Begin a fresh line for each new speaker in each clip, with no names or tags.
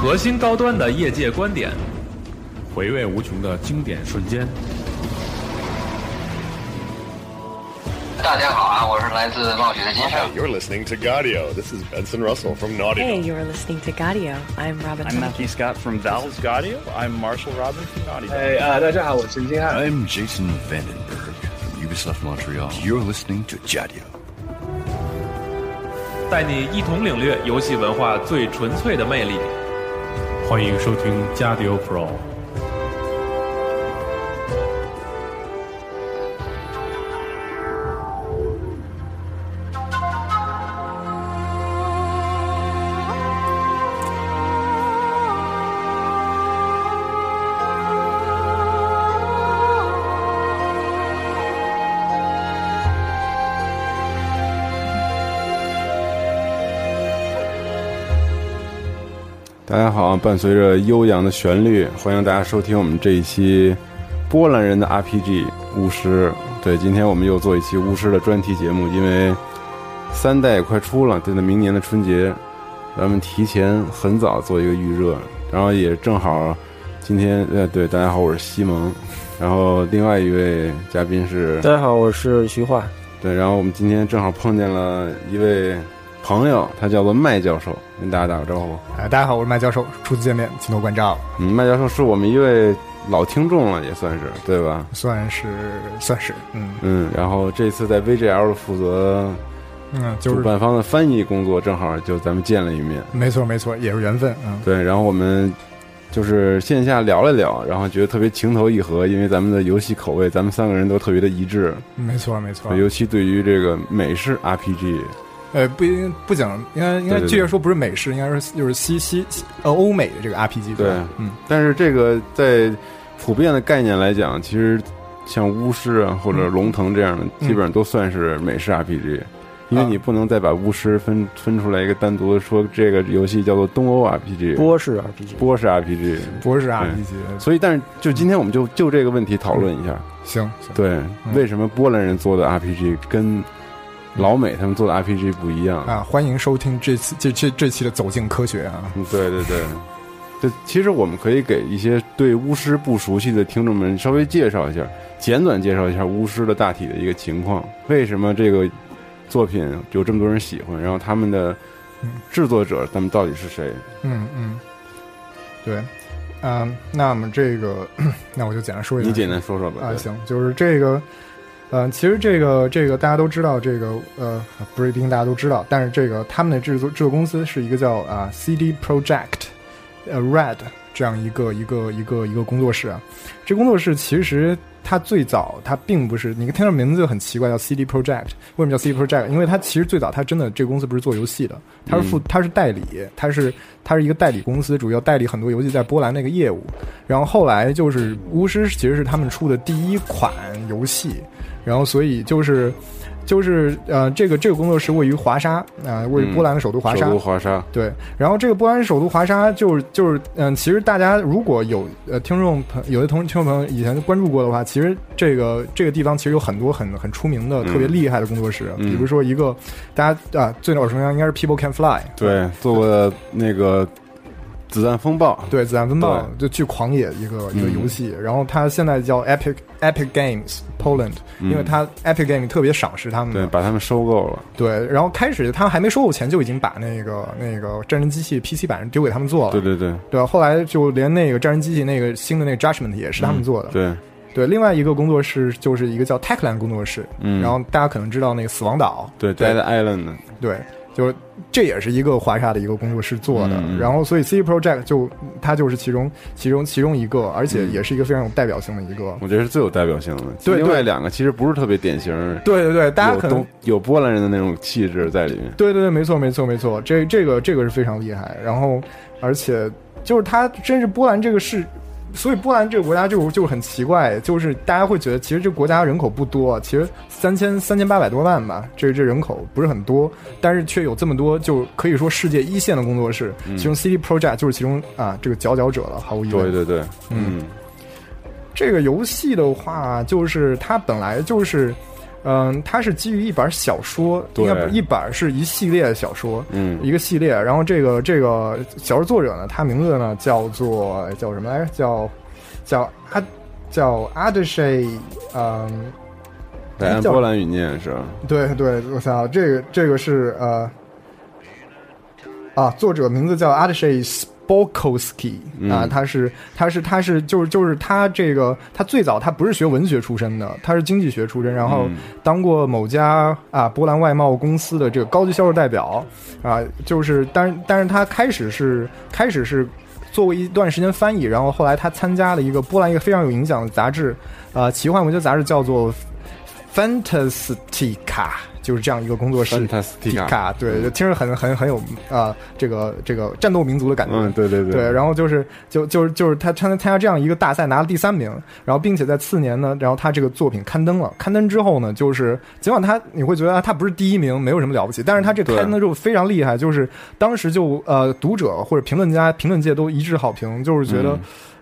革新高端的业界观点，
回味无穷的经典瞬间。
大家好啊，我是来自冒雪的金少。
Hi, you're listening to Gaudio. This is Benson Russell from Naughty.
Hey, you're listening to Gaudio. I'm Robin.
I'm Matthew Scott from Valve.
Gaudio. I'm Marshall Robin from Naughty. Dog.
哎啊，大家好，我是金汉。
I'm Jason Vandenberg from Ubisoft Montreal. You're listening to Jadio.
带你一同领略游戏文化最纯粹的魅力。
欢迎收听《加迪欧 Pro》。
大家好，伴随着悠扬的旋律，欢迎大家收听我们这一期波兰人的 RPG 巫师。对，今天我们又做一期巫师的专题节目，因为三代也快出了，对，那明年的春节，咱们提前很早做一个预热，然后也正好今天，呃，对，大家好，我是西蒙， 然后另外一位嘉宾是，
大家好，我是徐化。
对，然后我们今天正好碰见了一位朋友，他叫做麦教授，跟大家打个招呼。
呃，大家好，我是麦教授，初次见面，请多关照。
嗯，麦教授是我们一位老听众了，也算是对吧？
算是算是，嗯
嗯，然后这次在 VGL 负责
嗯，就
主
是
办方的翻译工作，正好就咱们见了一面。
没错没错，也是缘分，嗯，
对，然后我们就是线下聊了聊，然后觉得特别情投意合，因为咱们的游戏口味，咱们三个人都特别的一致，
没错没错。
尤其对于这个美式 RPG，
呃，不应不仅应该应该
对对对
确切说不是美式，应该是就是西西西呃欧美的这个 RPG
对
吧嗯，
但是这个在普遍的概念来讲，其实像巫师啊或者龙腾这样的，
嗯
基本上都算是美式 RPG，、因为你不能再把巫师分分出来一个单独的说这个游戏叫做东欧 RPG，
波士 RPG，
波式 RPG。
博士 RPG，
所以，但是就今天我们就就这个问题讨论一下，
行行，
对，
嗯
为什么波兰人做的 RPG 跟老美他们做的 RPG 不一样？
啊，欢迎收听这期这这这期的走进科学啊，
嗯，对对对，就其实我们可以给一些对巫师不熟悉的听众们稍微介绍一下，简短介绍一下巫师的大体的一个情况，为什么这个作品有这么多人喜欢，然后他们的制作者他们到底是谁？
嗯嗯，对，嗯，那么这个 那我就简单说一下，
你简单说说吧。
啊，
对，
行，就是这个，呃，其实这个这个大家都知道，这个呃，不是一定大家都知道，但是这个他们的制作制作公司是一个叫啊、CD Project 呃 Red 这样一个一个一个一个工作室啊。这工作室其实它最早它并不是，你听这名字就很奇怪，叫 CD Project。为什么叫 CD Project？因为它其实最早它真的这个公司不是做游戏的，它是
嗯
负它是代理，它是它是一个代理公司，主要代理很多游戏在波兰那个业务。然后后来就是巫师其实是他们出的第一款游戏，然后所以就是。就是呃，这个这个工作室位于华沙，啊、位于波兰的首都华沙。
嗯首都华沙，
对，然后这个波兰首都华沙就是就是嗯，其实大家如果有呃听众朋有的同听众朋友以前关注过的话，其实这个这个地方其实有很多很很出名的、特别厉害的工作室，
嗯
比如说一个大家啊最耳熟能详应该是 People Can Fly，
对，做过那个子弹风暴，
对，子弹风暴就巨狂野一个
嗯
一个游戏，然后它现在叫 Epic Epic Games Poland，、因为它 Epic Game 特别赏识他们
嗯对，
的，
把他们收购了。
对，然后开始他还没收购前就已经把那个那个战争机器 PC 版丢给他们做了，
对对对
对吧？啊后来就连那个战争机器那个新的那个 Judgment 也是他们做的。
对，
嗯对另外一个工作室就是一个叫 Techland 工作室，
嗯
然后大家可能知道那个死亡岛，
对
对
，Dead Island，
对，就是这也是一个华沙的一个工作室做的。
嗯嗯
然后所以 C Project 就它就是其中其中其中一个，而且也是一个非常有代表性的一个。
我觉得是最有代表性的。
对
另
对
外两个其实不是特别典型，
对对对，大家
有
可能
东有波兰人的那种气质在里面。
对对对，没错没错没错，这这个这个是非常厉害。然后，而且就是他真是波兰这个是，所以波兰这个国家就就是很奇怪，就是大家会觉得其实这个国家人口不多，其实三千三千八百多万吧，这这人口不是很多，但是却有这么多就可以说世界一线的工作室，其中 CD Project 就是其中啊这个佼佼者了，毫无疑问。
嗯对对对，
嗯
嗯
这个游戏的话，就是它本来就是，嗯，它是基于一本小说，
对
应该不是一本是一系列的小说，
嗯
一个系列。然后这个这个小说作者呢，他名字呢叫做叫什么来着？叫叫阿叫阿德谁？嗯，
得按
哎叫
波兰语念是吧？
对对，我操，这个这个是呃啊，作者名字叫 a d s h e y Spolkowski 啊，他是他是他是就是就是他这个他最早他不是学文学出身的，他是经济学出身，然后当过某家啊波兰外贸公司的这个高级销售代表啊，就是但但是他开始是开始是。作为一段时间翻译，然后后来他参加了一个波兰一个非常有影响的杂志，呃，奇幻文学杂志叫做 Fantastica，就是这样一个工作室。
Fantastica
卡，对，就听着很很很有啊、呃这个这个战斗民族的感觉。
嗯，对对对
对，然后就是就就是就是他参参加这样一个大赛拿了第三名，然后并且在次年呢，然后他这个作品刊登了，刊登之后呢，就是尽管他你会觉得啊他不是第一名，没有什么了不起，但是他这
对
刊登之后非常厉害，就是当时就呃读者或者评论家评论界都一致好评，就是觉
嗯
得。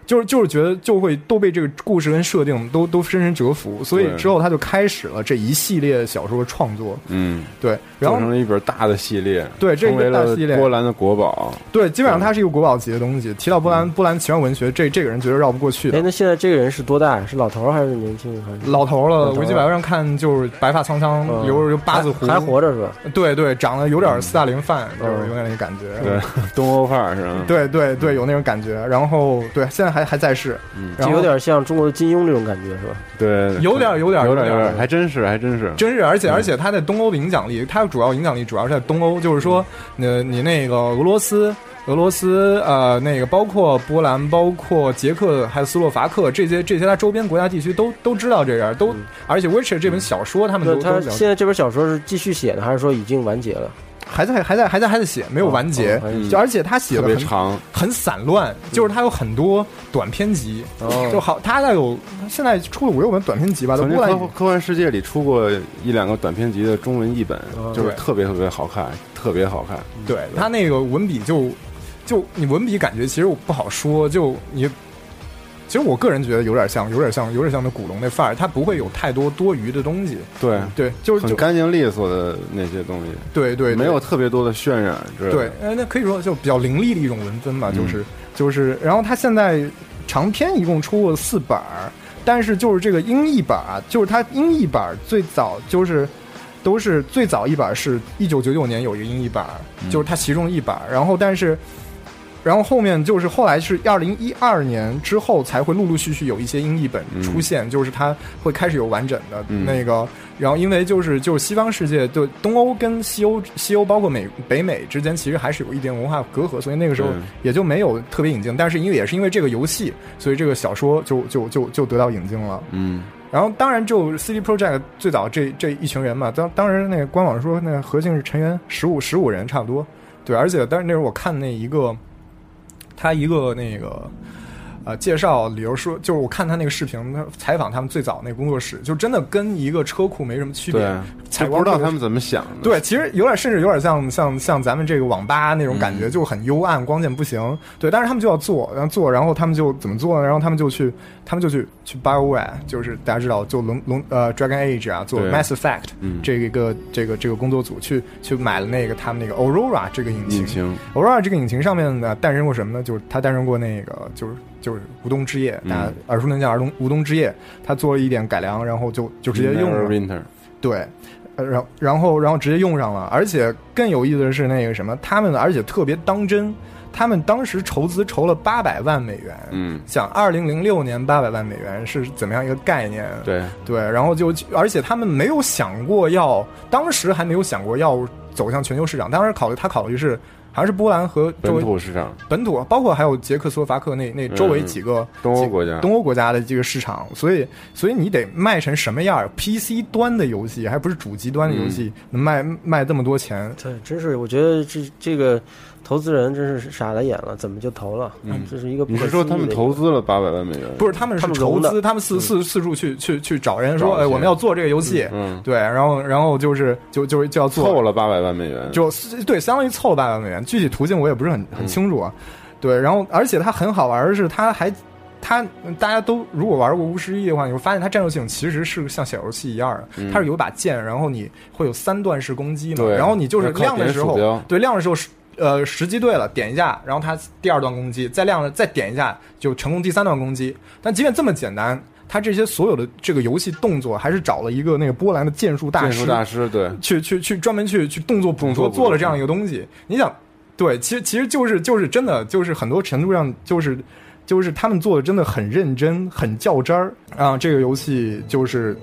就是就是觉得就会都被这个故事跟设定都都深深折服，所以
对
之后他就开始了这一系列小说创作。
嗯，
对，然
做
后
成了一本大的系列，
对这一
成
个
为
大
了
系列
波兰的国宝。
对，基本上它是一个国宝级的东西。提到波兰，波兰奇幻文学，这这个人绝对绕不过去
嗯哎，
的。
那现在这个人是多大？是老头儿还是年轻人？还是
老头
老
了，
头了
维基百科上看就是白发苍苍，
嗯
留着八字胡，
还还活着是吧？
对对，长得有点斯大林范，就
嗯
是有点那个感觉。
对， 东欧范儿是吧？
对对对，有那种感觉。然后对，现在还还在世，然
就
嗯
后
有点像中国的金庸这种感觉是吧？
对，
有点有点
有点
有点
还真是还真是。
真是，
嗯
而且而且它在东欧的影响力，它主要影响力主要是在东欧，就是说，
嗯
呃，你那个俄罗斯。俄罗斯，呃，那个包括波兰、包括捷克，还有斯洛伐克这些这些它周边国家地区都都知道这样，都、
嗯
而且《Witcher》这本小说他们都
那
都
他
了
现
解，
在这本小说是继续写呢，还是说已经完结了？
还在还在还在还在写，没有完结
哦还，
就而且他写
特
的
别
很
长，嗯
很散乱，就是它有很多短篇集，
哦
就好，它大概有现在出了五六本短篇集吧，都
曾经
波兰
科
语
科幻世界里出过一两个短篇集的中文译本，就是
哦对嗯
特别特别好看，特别好看。
对他那个文笔就就你文笔感觉其实我不好说，就你其实我个人觉得有点像，有点像，有点像那古龙那范儿，他不会有太多多余的东西。
对，
嗯对，就是
很
就
干净利索的那些东西，
对对，对
没有特别多的渲染之类的。
对，呃，那可以说就比较凌厉的一种文风吧，就是、就是，然后他现在长篇一共出过四本儿，但是就是这个英译本啊，就是他英译本儿最早就是都是最早一本儿是一九九九年有一个英译本儿，就是它其中的一本儿，然后但是。然后后面就是后来是二零一二年之后才会陆陆续续有一些英译本出现，就是它会开始有完整的那个。然后因为就是就是西方世界，就东欧跟西欧西欧包括美北美之间其实还是有一点文化隔阂，所以那个时候
对
也就没有特别引进。但是因为也是因为这个游戏，所以这个小说就就就就得到引进了。
嗯，
然后当然就 CD Project 最早这这一群人嘛，当当时那个官网说那核心是成员十五十五人差不多，对，而且但是那时候我看那一个他一个那个。呃，介绍理由说，就是我看他那个视频，他采访他们最早那工作室，就真的跟一个车库没什么区别
对，，啊
采
就
光
不知道
特别
他们怎么想的。
对，其实有点，甚至有点像像像咱们这个网吧那种
嗯
感觉，就很幽暗，光线不行。对，但是他们就要做，然后做，然后他们就怎么做呢？然后他们就去，他们就去去 BioWare，就是大家知道，就龙龙呃 Dragon Age 啊，做
对
Mass Effect、
嗯
这一个这个这个工作组去去买了那个他们那个 Aurora 这个引擎。
引擎
Aurora 这个引擎上面呢，诞生过什么呢？就是他诞生过那个，就是就是无冬之夜，
嗯
大家耳熟能详，儿童无冬之夜，他做了一点改良，然后就就直接用了。
Winter，
对，呃然然后然后直接用上了，而且更有意思的是那个什么，他们而且特别当真，他们当时筹资筹了八百万美元，
嗯，
想二零零六年八百万美元是怎么样一个概念？
对，
对，然后就而且他们没有想过要，当时还没有想过要走向全球市场，当时考虑他考虑是好像是波兰和周
本
围
土市场，
本土，包括还有捷克斯洛伐克那那周围
嗯
几个
东欧
几
国家
东欧国家的这个市场，所以所以你得卖成什么样儿？PC 端的游戏还不是主机端的游戏，
嗯
能卖卖这么多钱？
对，真是我觉得这这个投资人真是傻了眼了，怎么就投了？
嗯
这是一个不
你
可
是说
思议
他们
的一
投
个
资了八百万美元？
不是，他们是
他们
筹
融的
资，他们四四四处去去去找人说，
嗯找一
哎，
些
我们要做这个游戏，
嗯，
对，然后然后就是就就就要做，
凑了八百万美元，
就对，相当于凑了
嗯
八百万美元，具体途径我也不是很很清楚啊。对，然后而且它很好玩儿的是，它还它大家都如果玩过巫师一的话，你会发现它战斗系统其实是像小游戏一样的，它是有一把剑，然后你会有三段式攻击嘛，
嗯对
然后你就是
要靠
亮的
点
时
鼠
候
标，
对亮的时候是。呃，时机对了，点一下，然后它第二段攻击，再亮了，再点一下，就成功第三段攻击。但即便这么简单，它这些所有的这个游戏动作，还是找了一个那个波兰的剑术大
剑
师，
术大师对，
去去去专门去去动作捕
动作
捉
捕捉
做了这样一个东西。你想，对，其实其实就是就是真的就是很多程度上就是就是他们做的真的很认真，很较真儿啊。这个游戏就是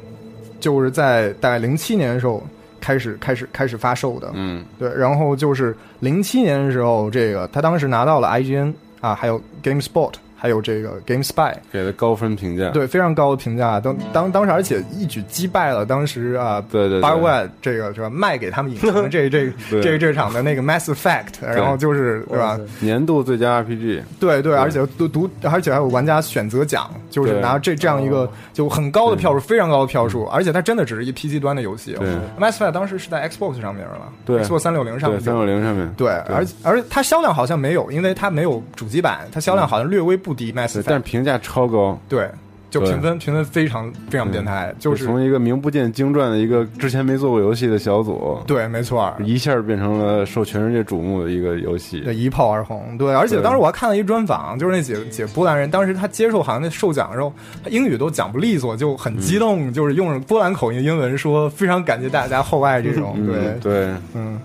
就是在大概零七年的时候开始开始开始发售的，
嗯，
对，然后就是零七年的时候，这个他当时拿到了 IGN 啊，还有 GameSpot，还有这个 GameSpy。
给了高分评价，
对，非常高的评价。当当当时，而且一举击败了当时啊，
对对对
b a r w a 这个是吧，卖给他们影城的这这
对
这这场的那个 Mass Effect，然后就是对吧
哇？塞
年度最佳 RPG，
对对，而且独独，而且还有玩家选择奖，就是
对哦
拿这这样一个就很高的票数，非常高的票数，而且它真的只是一 PC 端的游戏。
对
Mass Effect 当时是在 Xbox 上面了
对
，Xbox 三六零上
对
面
三六零上面，
对，而且而且它销量好像没有，因为它没有主机版，它销量好像略微不敌 Mass
嗯对，但
Effect。
是评价超高，
对，就
对嗯
评分评分非常非常变态，就是
从一个名不见经传的一个之前没做过游戏的小组，
对，没错儿，
一下变成了受全世界瞩目的一个游戏，
对，一炮而红。对，而且
对
当时我还看了一专访，就是那姐姐波兰人，当时她接受好像那授奖的时候，她英语都讲不利索，就很
嗯
激动，就是用波兰口音英文说，非常感谢大家厚爱这种。
嗯
对，
对，
嗯，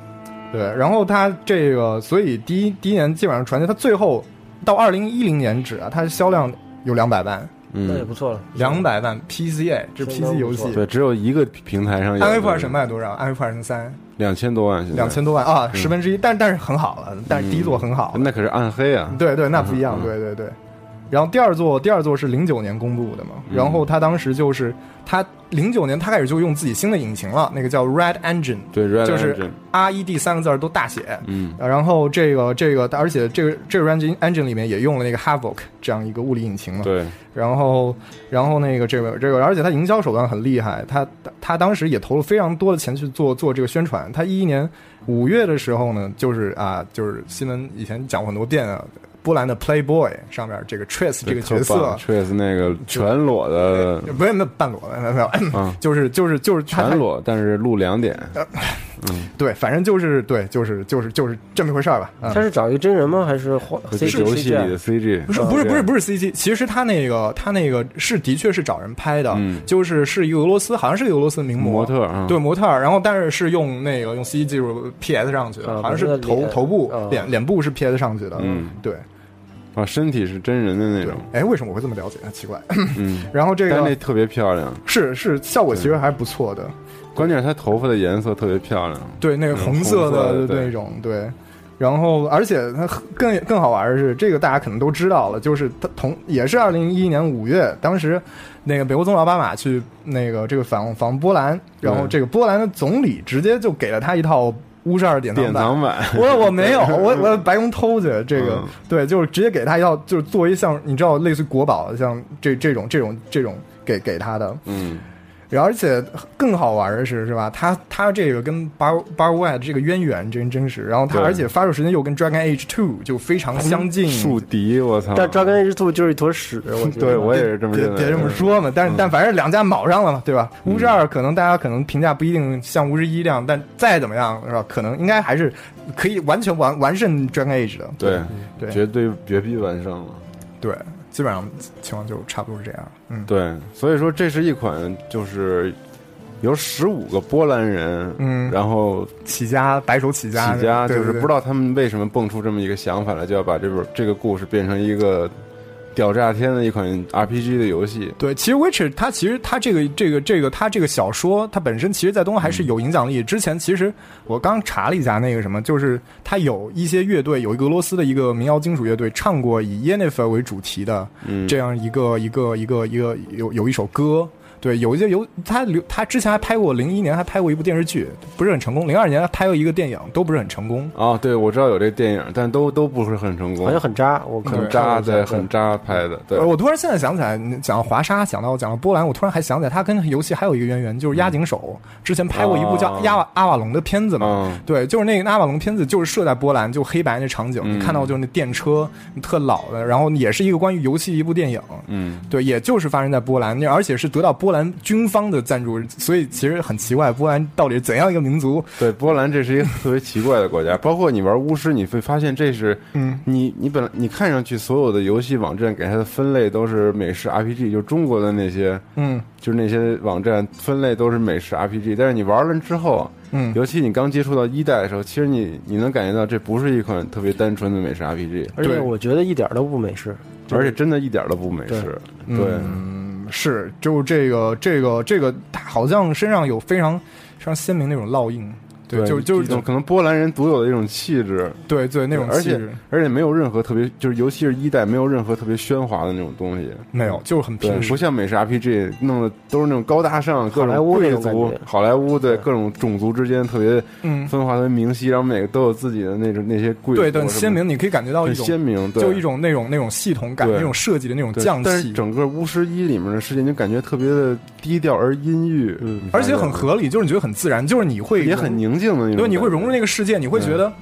对。然后他这个，所以第一第一年基本上传奇，他最后到二零一零年止啊，它销量有两百万，
那也
嗯，
不错了。
两百万 PCA，这是
相当
PC 游
不错
戏。
对，只有一个平台上有
安徽普尔神卖多少？安徽普尔神三
两千多万，现在
两千多万啊，十分之一，但但是很好了，但是第一座很好了。
那可是暗黑啊，
对对，那不一样，对对对。然后第二座，第二座是零九年公布的嘛，然后他当时就是他零九年他开始就用自己新的引擎了，那个叫 Red Engine，
对，Red
就是
Engine
R E D 三个字儿都大写。
嗯，
呃然后这个这个，而且这个这个 Red Engine Engine 里面也用了那个 Havoc 这样一个物理引擎嘛，
对，
然后，然后那个这个这个，而且他营销手段很厉害，他他当时也投入非常多的钱去做做这个宣传。他一一年五月的时候呢，就是啊，就是新闻以前讲过很多遍啊，波兰的 Playboy 上面这个 Trace 这个角色，
，Trace 那个全裸的，
不是那半裸的，没有没有
啊，
就是就是就是他呃
全裸，但是露两点，
他对，反正就是对，就是就是就是这么一回事儿吧。嗯
他是找一个真人吗？还是画
这
CG
游戏里的 CG，
不是不是不是不是 CG，其实他那个他那个是的确是找人拍的，
嗯
就是是一个俄罗斯，好像是一个俄罗斯名模
模特啊
对模特儿，然后但是是用那个用 CG 技术 PS 上去的，
啊
好像是
把那个
头
脸
头部、
啊
脸脸部是 PS 上去的，
嗯，
对
啊，身体是真人的
对
那种，，
哎，为什么我会这么了解？啊奇怪，
嗯，
然后这
但那
个
特别漂亮，
是是效果其实还是不错的，
关键是她头发的颜色特别漂亮，
对那个红色
红色
的
的对
那种对。然后，而且它更更好玩的是，这个大家可能都知道了，就是它同也是二零一一年五月，当时那个美国总统奥巴马去那个这个访访波兰，然后
对
这个波兰的总理直接就给了他一套乌十二典
典
藏版。
藏版，
我我没有，我我白宫偷去这个，
嗯
对，就是直接给他一套，就是作为像你知道类似于国宝，像这这种这种这种给给他的，
嗯，
然后而且更好玩的是，是吧？他他这个跟 Bar Bar w e 这个渊源真真实，然后他
对
而且发售时间又跟 Dragon Age Two 就非常相近。
树敌，我操，
但 Dragon Age Two 就是一坨屎，我 觉
对
得。
我也是这么
别
认为嗯的，
别这么说嘛，但是、但反正两家卯上了嘛，对吧？
嗯
巫师二可能大家可能评价不一定像巫师一这样，但再怎么样是吧？可能应该还是可以完全完完胜 Dragon Age 的。
对，
对
绝对绝逼完胜了。
对，基本上情况就差不多是这样。嗯
对，所以说这是一款就是由十五个波兰人，
嗯
然后
起家白手起家，
起家，
对
就是
对
不知道他们为什么蹦出这么一个想法来，就要把这本这个故事变成一个屌炸天的一款 RPG 的游戏。
对，其实 Witcher 它其实它这个这个这个它这个小说，它本身其实在东欧还是有影响力。之前其实我刚查了一下那个什么，就是它有一些乐队，有一个俄罗斯的一个民谣金属乐队唱过以 Yennefer 为主题的这样一个、一个一个一个有有一首歌。对，有一些有他留他之前还拍过，零一年还拍过一部电视剧，不是很成功。零二年还拍过一个电影，都不是很成功。
啊，对，我知道有这个电影，但都都不是很成功，
好像很嗯渣，我可能
很渣，
看过一
对，
下
很渣拍的，对
呃，我突然现在想起来，你讲到华沙，讲到讲到波兰，我突然还想起来，他跟游戏还有一个渊源，就是押井守之前拍过一部叫
哦
《阿瓦阿瓦隆》的片子嘛
嗯。
对，就是那个阿瓦隆片子，就是设在波兰，就黑白那场景，你看
嗯
到就是那电车特老的，然后也是一个关于游戏一部电影。
嗯，
对，也就是发生在波兰，那而且是得到波兰军方的赞助，所以其实很奇怪，波兰到底是怎样一个民族？
对，波兰这是一个特别奇怪的国家，包括你玩巫师，你会发现这是，嗯，你你本来你看上去所有的游戏网站给它的分类都是美式 RPG，就中国的那些，
嗯，
就是那些网站分类都是美式 RPG，但是你玩了之后，
嗯
尤其你刚接触到一代的时候，其实你你能感觉到这不是一款特别单纯的美式 RPG，
而且
对
我觉得一点都不美式，
而且真的一点都不美式，对，
嗯是，就是这个这个这个，他好像身上有非常非常鲜明那种烙印，对，就就
一
是
种可能波兰人独有的一种气质，
对对那种
而
气
且
质，
而且没有任何特别，就是尤其是一代没有任何特别喧哗的那种东西，
没有，就是很
嗯对
平，实
不。像美式 RPG 弄的都是那种高大上，各
好莱
种
坞那
贵
种
族
感觉，
好莱坞对
对
各种种族之间特别
嗯
分化的明晰，然后每个都有自己的那种那些贵族
对，
什么
但
的
鲜，明，你可以感觉到一
很
种，
鲜明，对
就一种那种那种系统感，
对
那种设计的那种
对
匠
但是
气，
整个巫师一里面的事情就感觉特别的低调而阴郁，嗯，
而且很合理，就是你觉得很自然，就是你会
也很
融，
宁静的那种感觉，
对，你会融入那个世界，你会觉得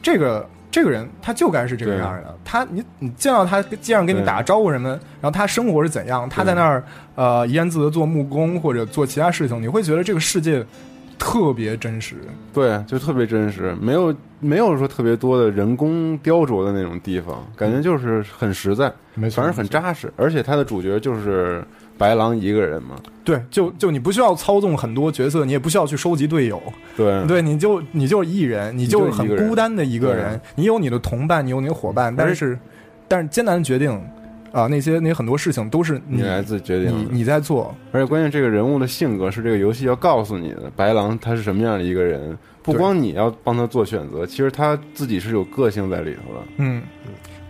这个这个人他就该是这个
对
样儿的，他你你见到他街上跟你
对
打个招呼什么，然后他生活是怎样，他在那儿呃怡然自得做木工或者做其他事情，你会觉得这个世界特别真实，
对，就特别真实，没有没有说特别多的人工雕琢的那种地方，感觉就是很实在，
没
反正很扎实。而且他的主角就是白狼一个人嘛，
对，就就你不需要操纵很多角色，你也不需要去收集队友，
对
对，你就你就是一人，你
嗯就
就是是很
一个人
孤单的一个
对啊
人，你有你的同伴，你有你的伙伴，但是但是艰难的决定啊、那些那些很多事情都是
你
你
来自决
你
定的。
你在做，
而且关键这个人物的性格是这个游戏要告诉你的，白狼他是什么样的一个人，不
对
光你要帮他做选择，其实他自己是有个性在里头的。
嗯，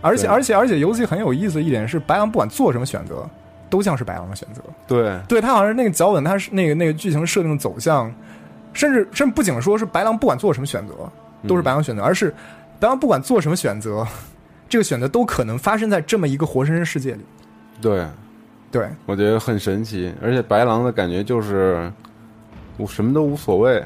而且
对
而且而且游戏很有意思的一点是，白狼不管做什么选择，都像是白狼的选择，
对，
对他好像是那个脚本，他是那个那个剧情设定的走向，甚至甚至不仅说是白狼不管做什么选择都
嗯
是白狼选择，而是白狼不管做什么选择，这个选择都可能发生在这么一个活生生世界里。
对，
对，
我觉得很神奇。而且白狼的感觉就是我什么都无所谓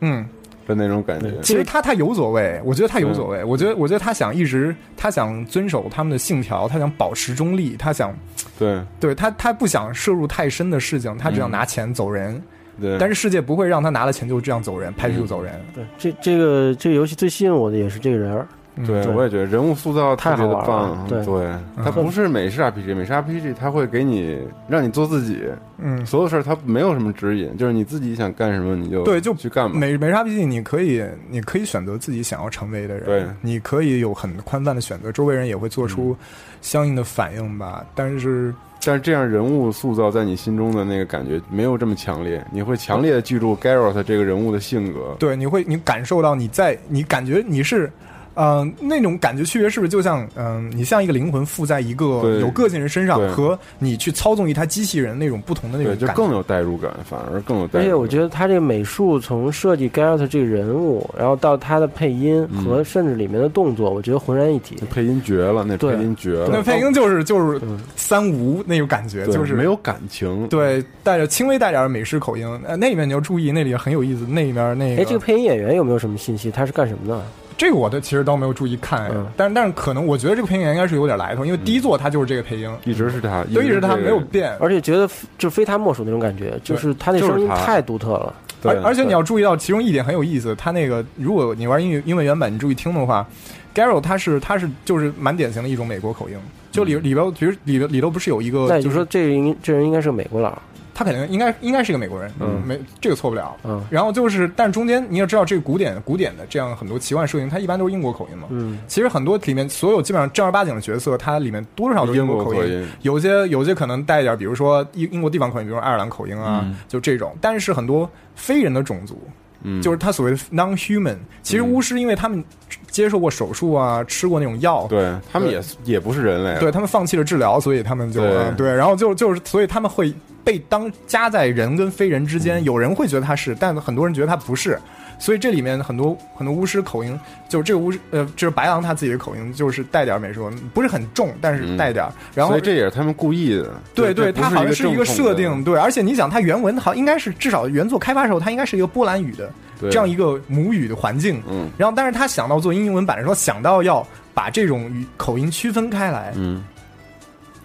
嗯，
的那种感觉。
其实他他有所谓，我觉得他
嗯
有所谓，我觉得我觉得他想一直他想遵守他们的信条，他想保持中立，他想
对
对他他不想摄入太深的事情，他只想拿钱走人。
嗯对，嗯
但是世界不会让他拿了钱就这样走人，拍屁股走人。
对，这这个这个游戏最吸引我的也是这个人儿，
对，
对
我也觉得人物塑造特别的
太好玩
棒。
了对
它不是美式 RPG，美式 RPG 它会给你让你做自己，
嗯，
所有事儿它没有什么指引，就是你自己想干什么你就
对，就
去干吧。
没没啥毕竟你可以，你可以选择自己想要成为的人，
对嗯
你可以有很宽泛的选择，周围人也会做出相应的反应吧。但是，
但是这样人物塑造在你心中的那个感觉没有这么强烈，你会强烈的记住 Garrett 这个人物的性格。
对，你会你感受到你在，你感觉你是。嗯、那种感觉区别是不是就像嗯、你像一个灵魂附在一个
对
有个性人身上
对，
和你去操纵一台机器人那种不同的那
对，
种
就
感觉？
更有代入感，反而更有代
而
入感。
且我觉
得，
得他这个美术从设计 Garrett 这个人物，然后到他的配音和甚至里面的动作，我觉得浑然一体。
配音绝了，那配
对
音绝
那
了，
配音就是就是
嗯
三无那种感觉，
对
就是
没有感情。
对，带着轻微带点儿美式口音，呃，那里面你要注意，那里很有意思。那里面那个，
哎，这个配音演员有没有什么信息？他是干什么的？
这个我的其实倒没有注意看，
嗯
但是但是可能我觉得这个配音员应该是有点来头，因为第一座他就是这个配音，
嗯一直是他，
就一直
这
他
个
没有变。
而且觉得就非他莫属那种感觉，就是他那声
就是
音
他
太独特了。
对啊
而而且
对
你要注意到其中一点很有意思，他那个如果你玩英语英文原版，你注意听的话 g a r r o 他是他是就是蛮典型的一种美国口音，就
嗯
里里边比如里头里头不是有一个
那，也
就
就
是
是说，这人应这人应该是个美国佬，
他肯定应该应该是一个美国人，
嗯
没这个错不了。
嗯
然后就是，但中间你也知道，这个古典古典的这样很多奇怪设定，它一般都是英国口音嘛。
嗯，
其实很多里面所有基本上正儿八经的角色，它里面多少都是
英
国
国
口
口音
有些有些可能带一点，比如说英英国地方口音，比如说爱尔兰口音啊，就这种。但是很多非人的种族，
嗯
就是他所谓的 non-human，其实巫师因为他们接受过手术啊，吃过那种药，
对他们
对
也也不是人类，啊
对他们放弃了治疗，所以他们就
对
呃对，然后就就是，所以他们会被当夹在人跟非人之
嗯
间，有人会觉得他是，但很多人觉得他不是。所以这里面很多很多巫师口音，就是这个巫师呃，就是白狼他自己的口音，就是带点美术，不是很重，但是带点儿。然后
嗯所以这也是他们故意的。
对
对，
它好像是
是
一个设定，
正
对，而且你想，它原文好像应该是至少原作开发时候，它应该是一个波兰语的
对
这样一个母语的环境，
嗯，
然后但是他想到做英文版的时候，想到要把这种语口音区分开来，
统的，嗯，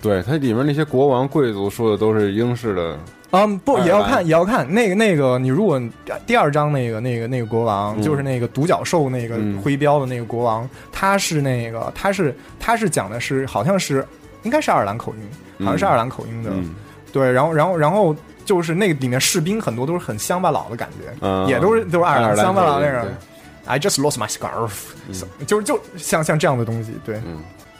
对，它里面那些国王贵族说的都是英式的，
嗯，不
爱尔兰
也要看也要看那个那个，你如果第二章那个那个那个国王，
嗯
就是那个独角兽那个
嗯
徽标的那个国王，他是那个他是他是讲的是好像是应该是爱尔兰口音，好像是
嗯
爱尔兰口音的，
嗯，
对，然后然后然后就是那个里面士兵很多都是很乡巴佬的感觉，
嗯
也都是都是爱尔
爱尔
兰
兰
乡巴佬
口
那
音
种。I just lost my scarf，、就是
嗯
就像像这样的东西，对，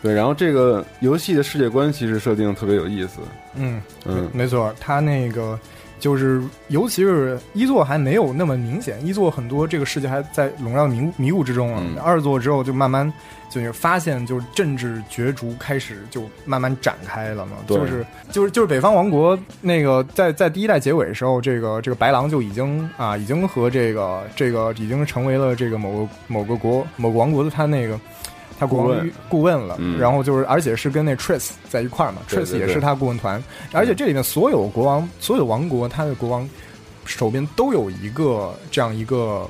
对，然后这个游戏的世界观其实设定特别有意思，
嗯，
嗯
没错，他那个就是，尤其是一作还没有那么明显，一作很多这个世界还在笼罩迷雾迷雾之中啊。
嗯
二作之后就慢慢就是发现，就是政治角逐开始就慢慢展开了嘛，
对
就是就是就是北方王国那个在在第一代结尾的时候，这个这个白狼就已经啊已经和这个这个已经成为了这个某个某个国某个王国的他那个。他国
顾
王
问
顾问了，
嗯
然后就是，而且是跟那 Tris 在一块儿嘛
对
，Tris
对
也
对
是他顾问团，而且这里面所有国王、所有王国，他的国王手边都有一个这样一个，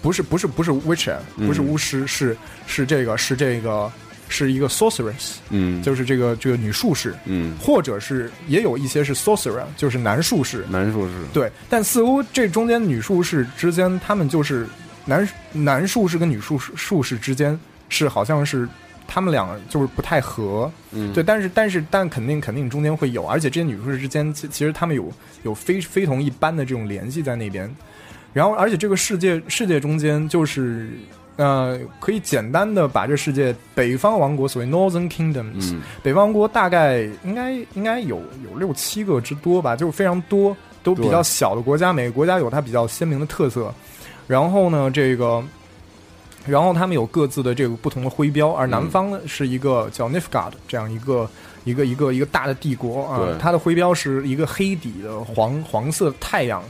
不是不是不是 witcher，
嗯
不是巫师，是是这个是这个是一个 sorceress，
嗯，
就是这个这个女术士，
嗯，
或者是也有一些是 sorcerer，就是男术士。
男术士，
对，但似乎这中间女术士之间，他们就是男男术士跟女术士术士之间是好像是他们俩就是不太合，
嗯，
对，但是但是但肯定肯定中间会有，而且这些女术士之间其其实她们有有非非同一般的这种联系在那边，然后而且这个世界世界中间就是呃可以简单的把这世界北方王国所谓 Northern Kingdoms，、
嗯
北方王国大概应该应该有有六七个之多吧，就是非常多，都比较
对
小的国家，每个国家有它比较鲜明的特色。然后呢，这个，然后他们有各自的这个不同的徽标，而南方呢是一个叫 Nifgard 这样一个一个一个一个大的帝国啊
对，
它的徽标是一个黑底的黄黄色太阳，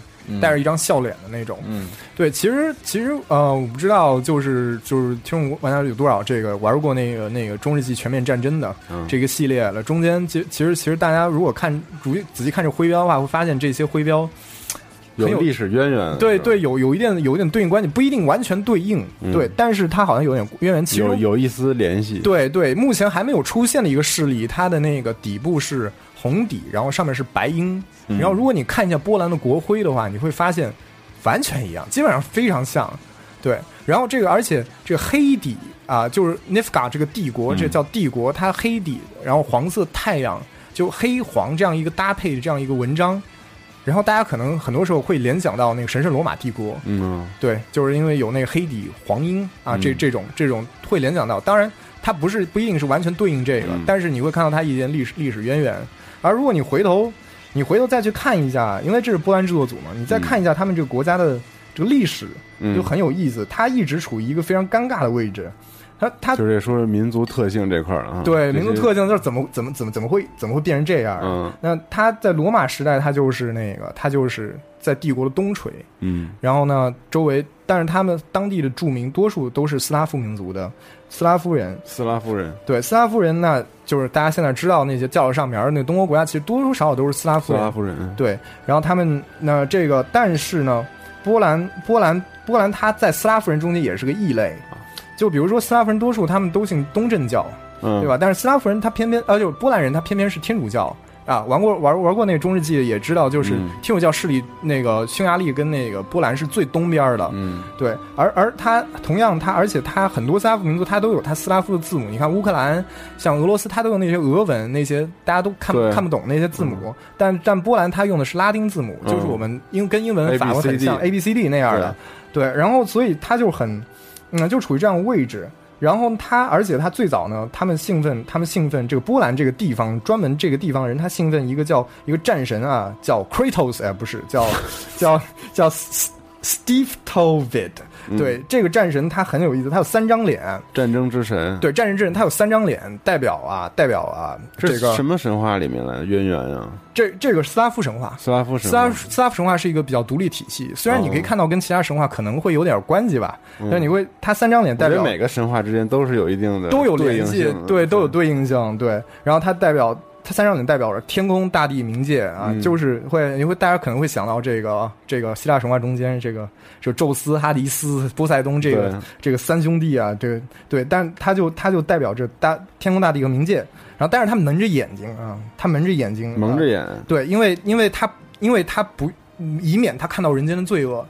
带着一张笑脸的那种。
嗯，
对，其实其实呃，我不知道就是就是听众玩家有多少这个玩过那个那个中世纪全面战争的
嗯
这个系列了。中间其其实其实大家如果看注意仔细看这徽标的话，会发现这些徽标很有
有历史渊源，
对
嗯是吧
对，有有一点有一点对应关系，不一定完全对应，
嗯
对，但是它好像有点渊源。其
有
中
有一丝联系，
对对，目前还没有出现的一个势力，它的那个底部是红底，然后上面是白鹰。
嗯
然后如果你看一下波兰的国徽的话，你会发现完全一样，基本上非常像。对，然后这个而且这个黑底啊，就是 Nifka 这个帝
嗯
国，这叫帝国，它黑底，然后黄色太阳，就黑黄这样一个搭配的这样一个文章。然后大家可能很多时候会联想到那个神圣罗马帝国，
嗯，
对，就是因为有那个黑底黄鹰啊，这
嗯
这种这种会联想到，当然它不是不一定是完全对应这个，
嗯
但是你会看到它一点历史历史渊源。而如果你回头你回头再去看一下，因为这是波兰制作组嘛，你再看一下他们这个国家的这个历史，
嗯
就很有意思。它一直处于一个非常尴尬的位置，它它
就是说是民族特性这块儿啊，
对
这
民族
些
特性就是怎么怎么怎么怎么会怎么会变成这样？
嗯
那它在罗马时代，它就是那个它就是在帝国的东陲，
嗯
然后呢，周围，但是他们当地的住民多数都是斯拉夫民族的斯拉夫人。
斯拉夫人，
对，斯拉夫人呢，就是大家现在知道那些叫得上名儿的那东欧国家，其实多多少少都是斯拉
斯
夫人。
拉夫人，
对，然后他们那这个，但是呢，波兰波兰波兰，它在斯拉夫人中间也是个异类。
啊
就比如说斯拉夫人多数他们都信东正教，
嗯，
对吧？？但是斯拉夫人他偏偏，呃，就是波兰人他偏偏是天主教啊。玩过玩玩过那个中世纪也知道，就是
嗯
天主教势力那个匈牙利跟那个波兰是最东边儿的，
嗯
对。而而他同样他，而且他很多斯拉夫民族他都有他斯拉夫的字母。你看乌克兰，像俄罗斯，他都用那些俄文，那些大家都看不
对
看不懂那些字母。但但波兰他用的是拉丁字母，
嗯
就是我们英跟英文
A B
法文很
C D
像 A B C D 那样的，对。然后所以他就很，嗯，就处于这样的位置。然后他，而且他最早呢，他们兴奋，他们兴奋这个波兰这个地方，专门这个地方人，他兴 奋一个叫一个战神啊，叫 Kratos，哎，不是叫叫叫 Steve Tovid，对、
嗯
这个战神他很有意思，他有三张脸，
战争之神，，
对战神之人他有三张脸，代表啊代表啊这
是
个
什么神话里面来的渊源呀？
这这个斯拉夫神话，
斯拉夫神
斯拉
话，哦
夫斯拉夫神话是一个比较独立体系，虽然你可以看到跟其他神话可能会有点关系吧，但你会它三张脸代
嗯我觉
表
得每个神话之间都是有一定的
都有
对
联
应
系
性嗯的，
对，都有对应性，对。然后它代表它三张脸代表着天空、大地、冥界啊，
嗯
就是会因为大家可能会想到这个这个希腊神话中间这个就宙斯、哈迪斯、波塞冬这
对
个这个三兄弟啊，这个对，但它就它就代表着大天空、大地和冥界。然后，但是他们蒙着眼睛啊，他蒙着眼睛，
蒙着
眼。
眼，
对，因为因为他因为他不以免他看到人间的罪恶。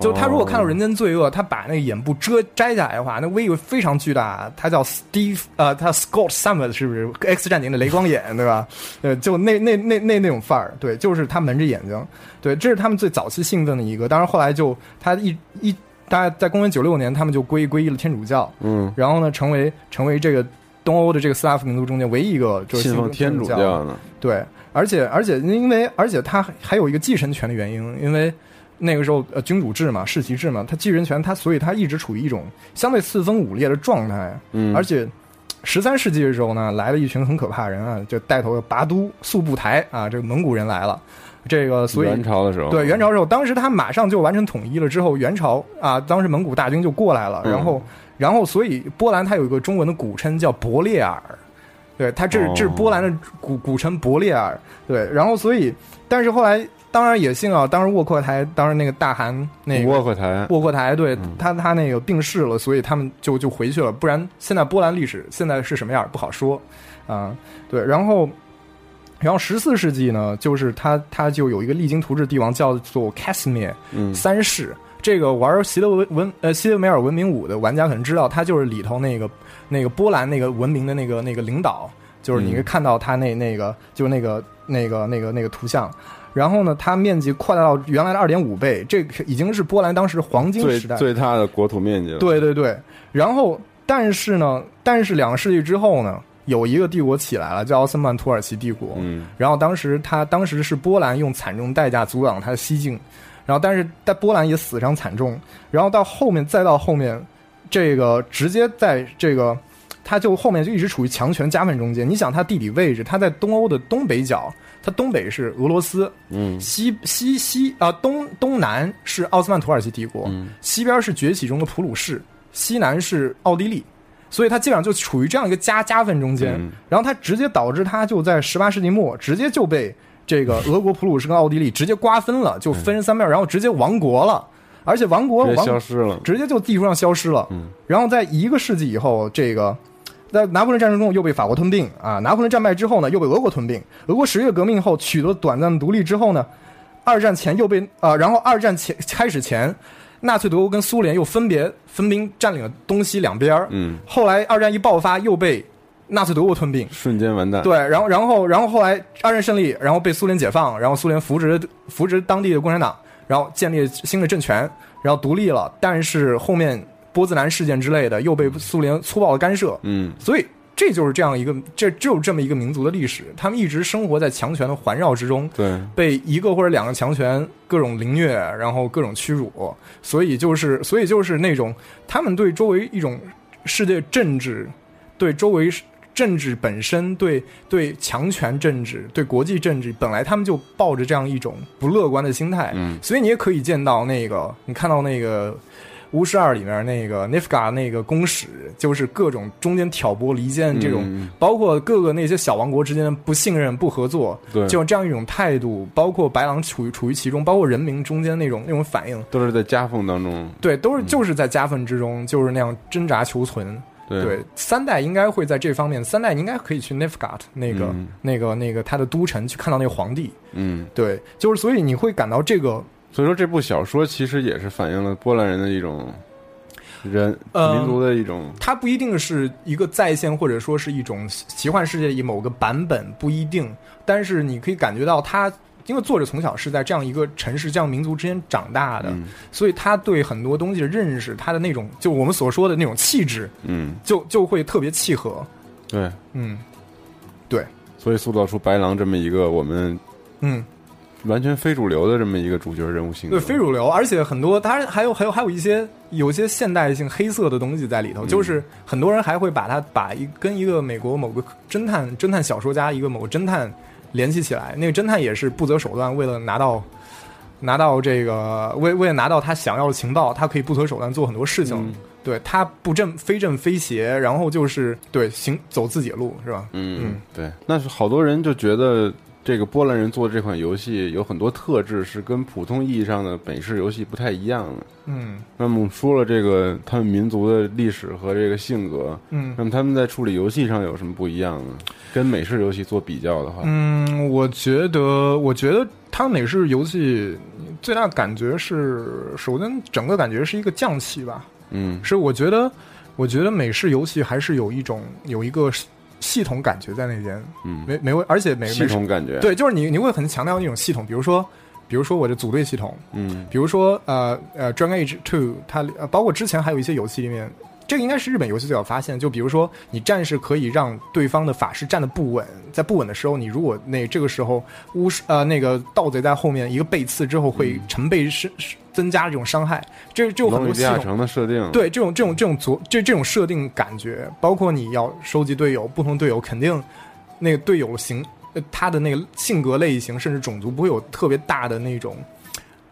就他如果看到
哦
人间罪恶，他把那个眼部遮摘下来的话，那威力非常巨大。他叫 Steve，呃，他 Scott Summers 是不是？X 战警的雷光眼，对吧？呃，就那那那那那种范儿，对，就是他蒙着眼睛，对，这是他们最早期兴奋的一个。当然后来就他一一大概在公元九六年，他们就皈皈依了天主教，
嗯，
然后呢，成为成为这个东欧的这个斯拉夫民族中间唯一一个就是
信奉天主
主
教呢，
对，而且而且因为而且他还有一个继承权的原因，因为那个时候呃君主制嘛，世袭制嘛，他继承权他所以他一直处于一种相对四分五裂的状态，
嗯，
而且。十三世纪的时候呢，来了一群很可怕的人啊，就带头的拔都速不台啊，这个蒙古人来了，这个所以
元朝的时候，
对元朝时候，当时他马上就完成统一了之后，元朝啊，当时蒙古大军就过来了，然
嗯
后，然后，所以波兰它有一个中文的古称叫勃列尔，对，它这是
哦
这是波兰的古古称勃列尔，对，然后所以，但是后来当然也幸好，啊当时沃克台，当时那个大汗那个
窝阔台，
沃克台，对他他那个病逝了，所以他们就就回去了，不然现在波兰历史现在是什么样儿不好说啊、对，然后。然后十四世纪呢，就是他他就有一个励精图治帝王叫做 Casimir
嗯
三世。这个玩席勒文文呃席勒梅尔文明五的玩家可能知道，他就是里头那个那个波兰那个文明的那个那个领导，就是你会看到他那那个就是那个那个那个那个图像。然后呢，它面积扩大到原来的二点五倍，这个已经是波兰当时黄金
最
时代
最大的国土面积了，
对对对，然后但是呢，但是两个世纪之后呢，有一个帝国起来了，叫奥斯曼土耳其帝国。
嗯，
然后当时他当时是波兰用惨重代价阻挡他的西进，然后但是在波兰也死伤惨重，然后到后面再到后面，这个直接在这个。他就后面就一直处于强权夹缝中间。你想，他地理位置，他在东欧的东北角，他东北是俄罗斯，
嗯，
西西西啊、东东南是奥斯曼土耳其帝国，
嗯
西边是崛起中的普鲁士，西南是奥地利，所以它基本上就处于这样一个夹夹缝中间。
嗯
然后它直接导致它就在十八世纪末直接就被这个俄国、普鲁士跟奥地利直接瓜分了，就分成三面，然后直接亡国了。而且亡国
嗯直接
亡
消失了，嗯
直接就地图上消失了。然后在一个世纪以后，这个在拿破仑战争中又被法国吞并啊，拿破仑战败之后呢，又被俄国吞并。俄国十月革命后取得短暂的独立之后呢，二战前又被啊、然后二战前开始前，纳粹德国跟苏联又分别分兵占领了东西两边儿。
嗯，
后来二战一爆发，又被纳粹德国吞并。
瞬间完蛋，
对，然后然后然后后来二战胜利，然后被苏联解放，然后苏联扶植扶植当地的共产党，然后建立新的政权，然后独立了。但是后面波兹南事件之类的又被苏联粗暴的干涉，
嗯，
所以这就是这样一个这只有这么一个民族的历史，他们一直生活在强权的环绕之中，
对，
被一个或者两个强权各种凌虐，然后各种屈辱，所以就是所以就是那种他们对周围一种世界政治，对周围政治本身，对对强权政治，对国际政治，本来他们就抱着这样一种不乐观的心态，
嗯
所以你也可以见到那个你看到那个。巫师二里面那个 Nifka 那个公使，就是各种中间挑拨离间这种，
嗯
包括各个那些小王国之间的不信任、不合作，
对
就这样一种态度，包括白狼处于处于其中，包括人民中间那种那种反应，
都是在夹缝当中，
对，都是就是在夹缝之中，就是那样挣扎求存。
对
对，三代应该会在这方面，三代应该可以去 Nefgat 那个、
嗯
那个那个他的都城去看到那个皇帝。
嗯，
对，就是所以你会感到这个
所以说这部小说其实也是反映了波兰人的一种人
呃
民族的一种，
它不一定是一个再现，或者说是一种奇幻世界里某个版本，不一定。但是你可以感觉到它，因为作者从小是在这样一个城市、这样民族之间长大的，所以他对很多东西的认识，他的那种就我们所说的那种气质，
嗯，
就就会特别契合。
对，
嗯，对，
所以塑造出白狼这么一个我们
嗯，
完全非主流的这么一个主角人物性格。
对非主流，而且很多它还有还有还有一些有一些现代性黑色的东西在里头，就是很多人还会把它把一跟一个美国某个侦探侦探小说家一个某个侦探联系起来，那个侦探也是不择手段，为了拿到。拿到这个为为了拿到他想要的情报，他可以不择手段做很多事情。对他不正非正非邪，然后就是对行走自己的路是吧？
嗯，对，那是好多人就觉得这个波兰人做这款游戏有很多特质是跟普通意义上的美式游戏不太一样的。
嗯
那么说了这个他们民族的历史和这个性格，
嗯
那么他们在处理游戏上有什么不一样呢？跟美式游戏做比较的话，
嗯，我觉得，我觉得它美式游戏最大的感觉是，首先整个感觉是一个匠气吧，
嗯
是我觉得，我觉得美式游戏还是有一种有一个系统感觉在那边，
嗯，
没没问，而且美
系统感觉，
美式，对，就是你你会很强调那种系统，比如说。比如说我的组队系统，
嗯
比如说呃呃《Dragon Age Two》，它里呃包括之前还有一些游戏里面，这个应该是日本游戏最早发现。就比如说你战士可以让对方的法师站得不稳，在不稳的时候，你如果那这个时候巫师呃那个盗贼在后面一个背刺之后
嗯
会成倍是是增加这种伤害，这这有很
罗
多
米地
系
亚
统。
城的设定，，
对这种这种这种组这这种设定感觉，包括你要收集队友，不同队友肯定那个队友型呃他的那个性格类型甚至种族不会有特别大的那种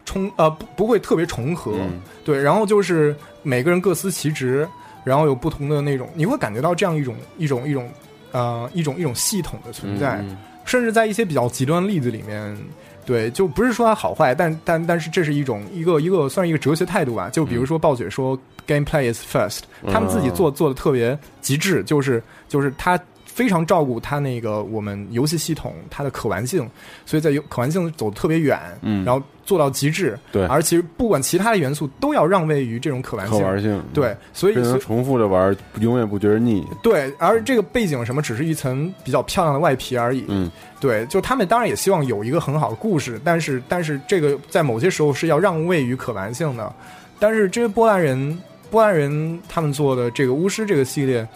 冲呃不不会特别重合，
嗯
对，然后就是每个人各司其职，然后有不同的那种，你会感觉到这样一种一种一种呃一种一种系统的存在，
嗯
甚至在一些比较极端的例子里面，对，就不是说它好坏，但但但是这是一种一个一个算是一个哲学态度吧。就比如说暴雪说 “gameplay is first”，他
嗯
们自己做做的特别极致，就是就是他非常照顾他那个我们游戏系统它的可玩性，所以在游可玩性走得特别远，
嗯
然后做到极致。
对
而其实不管其他的元素都要让位于这种可玩
嗯可
性。
玩性，，
对，所以
这
所
能
以
重复着玩，永远不觉得腻，
对，而这个背景什么只是一层比较漂亮的外皮而已。
嗯，
对，就他们当然也希望有一个很好的故事，但是但是这个在某些时候是要让位于可玩性的。但是这些波兰人，波兰人他们做的这个巫师这个系列，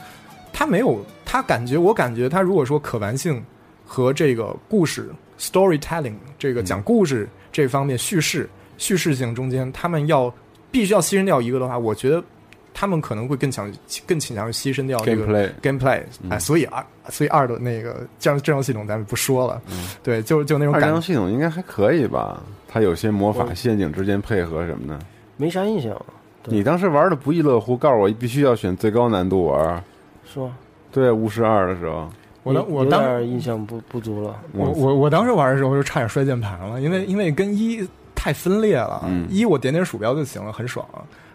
他没有，他感觉我感觉他如果说可玩性和这个故事 storytelling 这个讲故事这方面叙事叙事性中间，他们要必须要牺牲掉一个的话，我觉得他们可能会更强更倾向于牺牲掉这个
gameplay
gameplay，哎，
嗯
所以二，所以二的那个这样阵容系统咱们不说了，
嗯
对，就就那种
二
感
张
觉，
系统应该还可以吧？它有些魔法陷阱之间配合什么的。
没啥印象，对
你当时玩的不亦乐乎，告诉我必须要选最高难度玩。
是吗？
对，啊巫师二的时候，
我当
有
我
有
当
点印象不不足了。
嗯
我我我当时玩的时候就差点摔键盘了，因为因为跟一太分裂了，
嗯
一我点点鼠标就行了，很爽。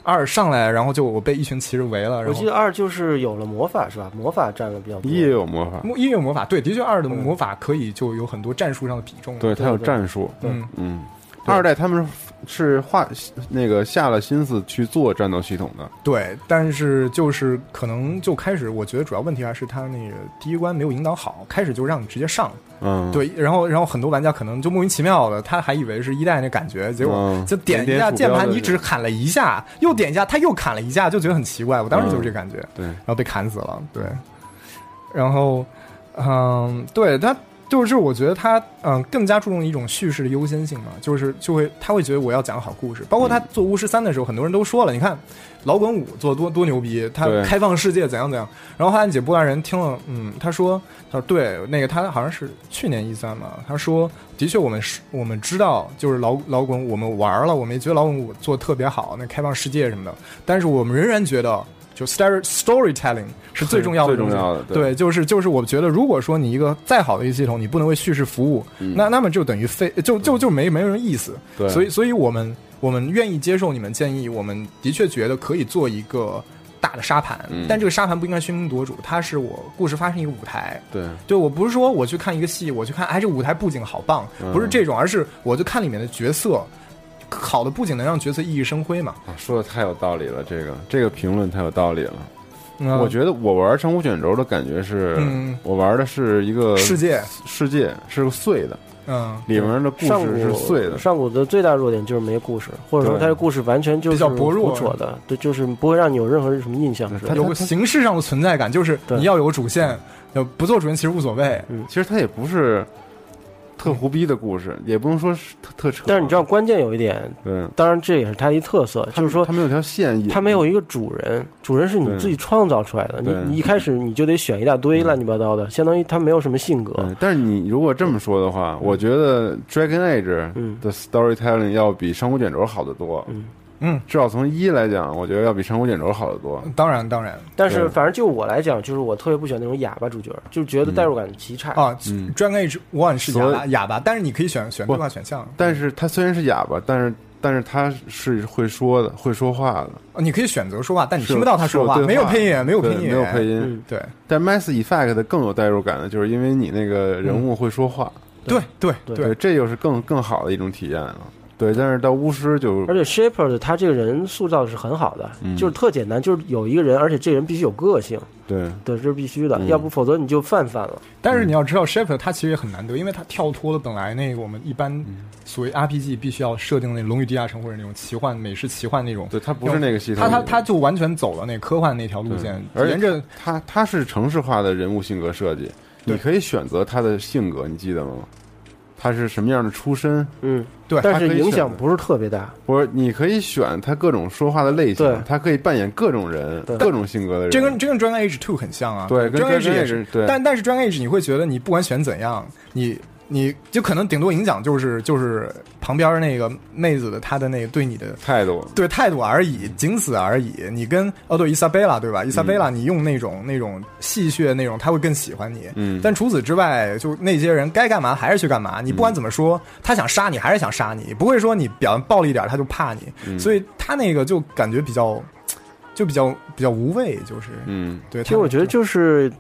二上来，然后就我被一群骑士围了，
我
然后
记得二就是有了魔法是吧？魔法占了比较多。
一也有魔法，
魔音乐魔法对，的确二的魔法可以就有很多战术上的比重，
对，它有
对
战术。
嗯，
嗯，二代他们是花那个下了心思去做战斗系统的。
对，但是就是可能就开始，我觉得主要问题还是他那个第一关没有引导好，开始就让你直接上，
嗯，，
对，然后然后很多玩家可能就莫名其妙的，他还以为是一代那感觉，结果
嗯
就点
点
一下
鼠
键
标
盘，
的
你
这
只砍了一下，又点一下，他又砍了一下，就觉得很奇怪。我当时就是这感觉，
对
然后被砍死了，对。然后，嗯，对他就是我觉得他嗯更加注重一种叙事的优先性嘛，就是就会他会觉得我要讲好故事，包括他做巫师三的时候，很多人都说了，你看老滚五做得多多牛逼，他
对
开放世界怎样怎样。然后汉姐波兰人听了，嗯，他说他说对那个他好像是去年一三嘛，他说的确我们是我们知道就是老老滚我们玩了，我们也觉得老滚五做得特别好，那开放世界什么的，但是我们仍然觉得。就 story storytelling 是最重要的
最
东西，
重要的对
对，就是就是，我觉得如果说你一个再好的一个系统，你不能为叙事服务，那那么就等于废，就就就没没有什么意思。
嗯对
所以所以我们我们愿意接受你们建议，我们的确觉得可以做一个大的沙盘，
嗯
但这个沙盘不应该喧宾夺主，它是我故事发生一个舞台。
对，
对我不是说我去看一个戏，我去看哎这舞台布景好棒，
嗯
不是这种，而是我就看里面的角色，好的布景能让角色熠熠生辉嘛。
啊说的太有道理了，这个这个评论太有道理了。
嗯
我觉得我玩长弧卷轴的感觉是
嗯，
我玩的是一个
世界，
世界是个碎的，
嗯，
里面的故
上
事
古
是碎的。
上古的最大弱点就是没故事，或者说
对
它的故事完全就是
比较薄弱啊
胡扯的，对，就是不会让你有任何什么印象
对
是
它
吧。
有个形式上的存在感，就是
对
你要有主线，呃，不做主线其实无所谓。嗯
其实它也不是特胡逼的故事，也不能说是特特扯。
但是你知道，，关键有一点，
对，
当然这也是它一特色，就是说
他们有条线引，
它没有一个主人，主人是你
对
自己创造出来的。你
对
你一开始你就得选一大堆乱七八糟的，相当于它没有什么性格。
对，但是你如果这么说的话，我觉得《Dragon Age
嗯》
的 storytelling 要比《上古卷轴》好得多。
嗯
嗯，
至少从一来讲，我觉得要比《上古卷轴》好得多。
当然当然
但是
对
反正就我来讲，就是我特别不喜欢那种哑巴主角，就觉得
嗯
代入感极差。
啊，《Dragon Age One》是哑
所
巴哑巴，但是你可以选选
不
对话选项，
但是他虽然是哑巴，但是但是他是会说的，会说话的，
哦你可以选择说话，但你
是
听不到他
是有
说话，
对
没有配音，没有
对
配音，
没有配音。
嗯，
对
但 Mass Effect 更有代入感的，就是因为你那个人
嗯
物会说话，呃
对对
对
对，
这又是更更好的一种体验了。对，但是到巫师就
而且 Shepard 他这个人塑造的是很好的，
嗯
就是特简单，就是有一个人，而且这人必须有个性，
对，
对，这是必须的，
嗯
要不否则你就泛泛了。
但是你要知道 s h e p e r d 他其实也很难得，因为他跳脱了本来那个我们一般
嗯
所谓 RPG 必须要设定那《龙与地下城》或者那种奇幻美式奇幻那种，
对他不是那个系统
他
里
他
的
他就完全走了那科幻那条路线，
而
沿着
且他他是城市化的人物性格设计，你可以选择他的性格，你记得吗？他是什么样的出身？
嗯，
对
但
他可
是
以
影
选
响
择
不是特别大。
不是，你可以选他各种说话的类
对
型，他可以扮演各种人、
对
各种性格的人。
这跟这跟 Dragon Age Two 很像啊，
对跟
Dragon
Dragon
也
Age，
是，
对
但但是 Dragon Age 你会觉得你不管选怎样，你你就可能顶多影响就是就是旁边那个妹子的她的那个对你的
态度，
对态度而已，仅此而已。你跟哦对伊莎贝拉对吧？
嗯
伊莎贝拉，你用那种那种戏谑那种，他会更喜欢你。
嗯
但除此之外，就那些人该干嘛还是去干嘛。你不管怎么说，他想杀你还是想杀你，不会说你表现暴力一点他就怕你。
嗯
所以他那个就感觉比较，就比较比较无味，就是
嗯，
对。
其实我觉得就是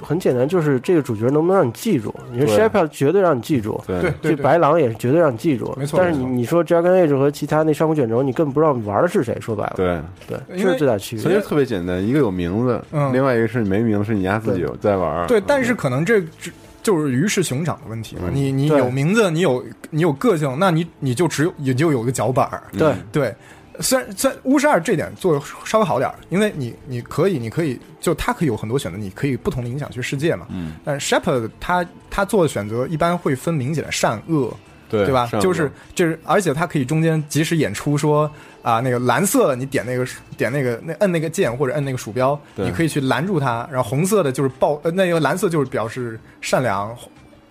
很简单，就是这个主角能不能让你记住？你说
对
Shepard 绝对让你记住，
对
对对
这白狼也是绝对让你记住，
没错
但是
没
你
错
你说 Dragon Age 和其他那上古卷轴，你根本不知道你玩的是谁，说白了，
对，
对，
因
这
为
是最大区
所以
别。
特别简单，一个有名字，
嗯
另外一个是你没名字，是你家自己有在玩儿。
对，但
嗯
是可能这这就是鱼是熊掌的问题嘛。你你
对
有名字，你有你有个性，那你你就只有你就有个脚板儿。
对，
对，虽然虽然巫师二这点做得稍微好点儿，因为你你可以你可以就它可以有很多选择，你可以不同的影响去世界嘛。嗯，但 Shepard 他他做的选择一般会分明显的善恶。
对
吧？
善恶
就是就是，而且他可以中间及时演出说啊、那个蓝色的你点那个点那个那摁那个键或者摁那个鼠标，
对
你可以去拦住他。然后红色的就是暴，呃，那个蓝色就是表示善良，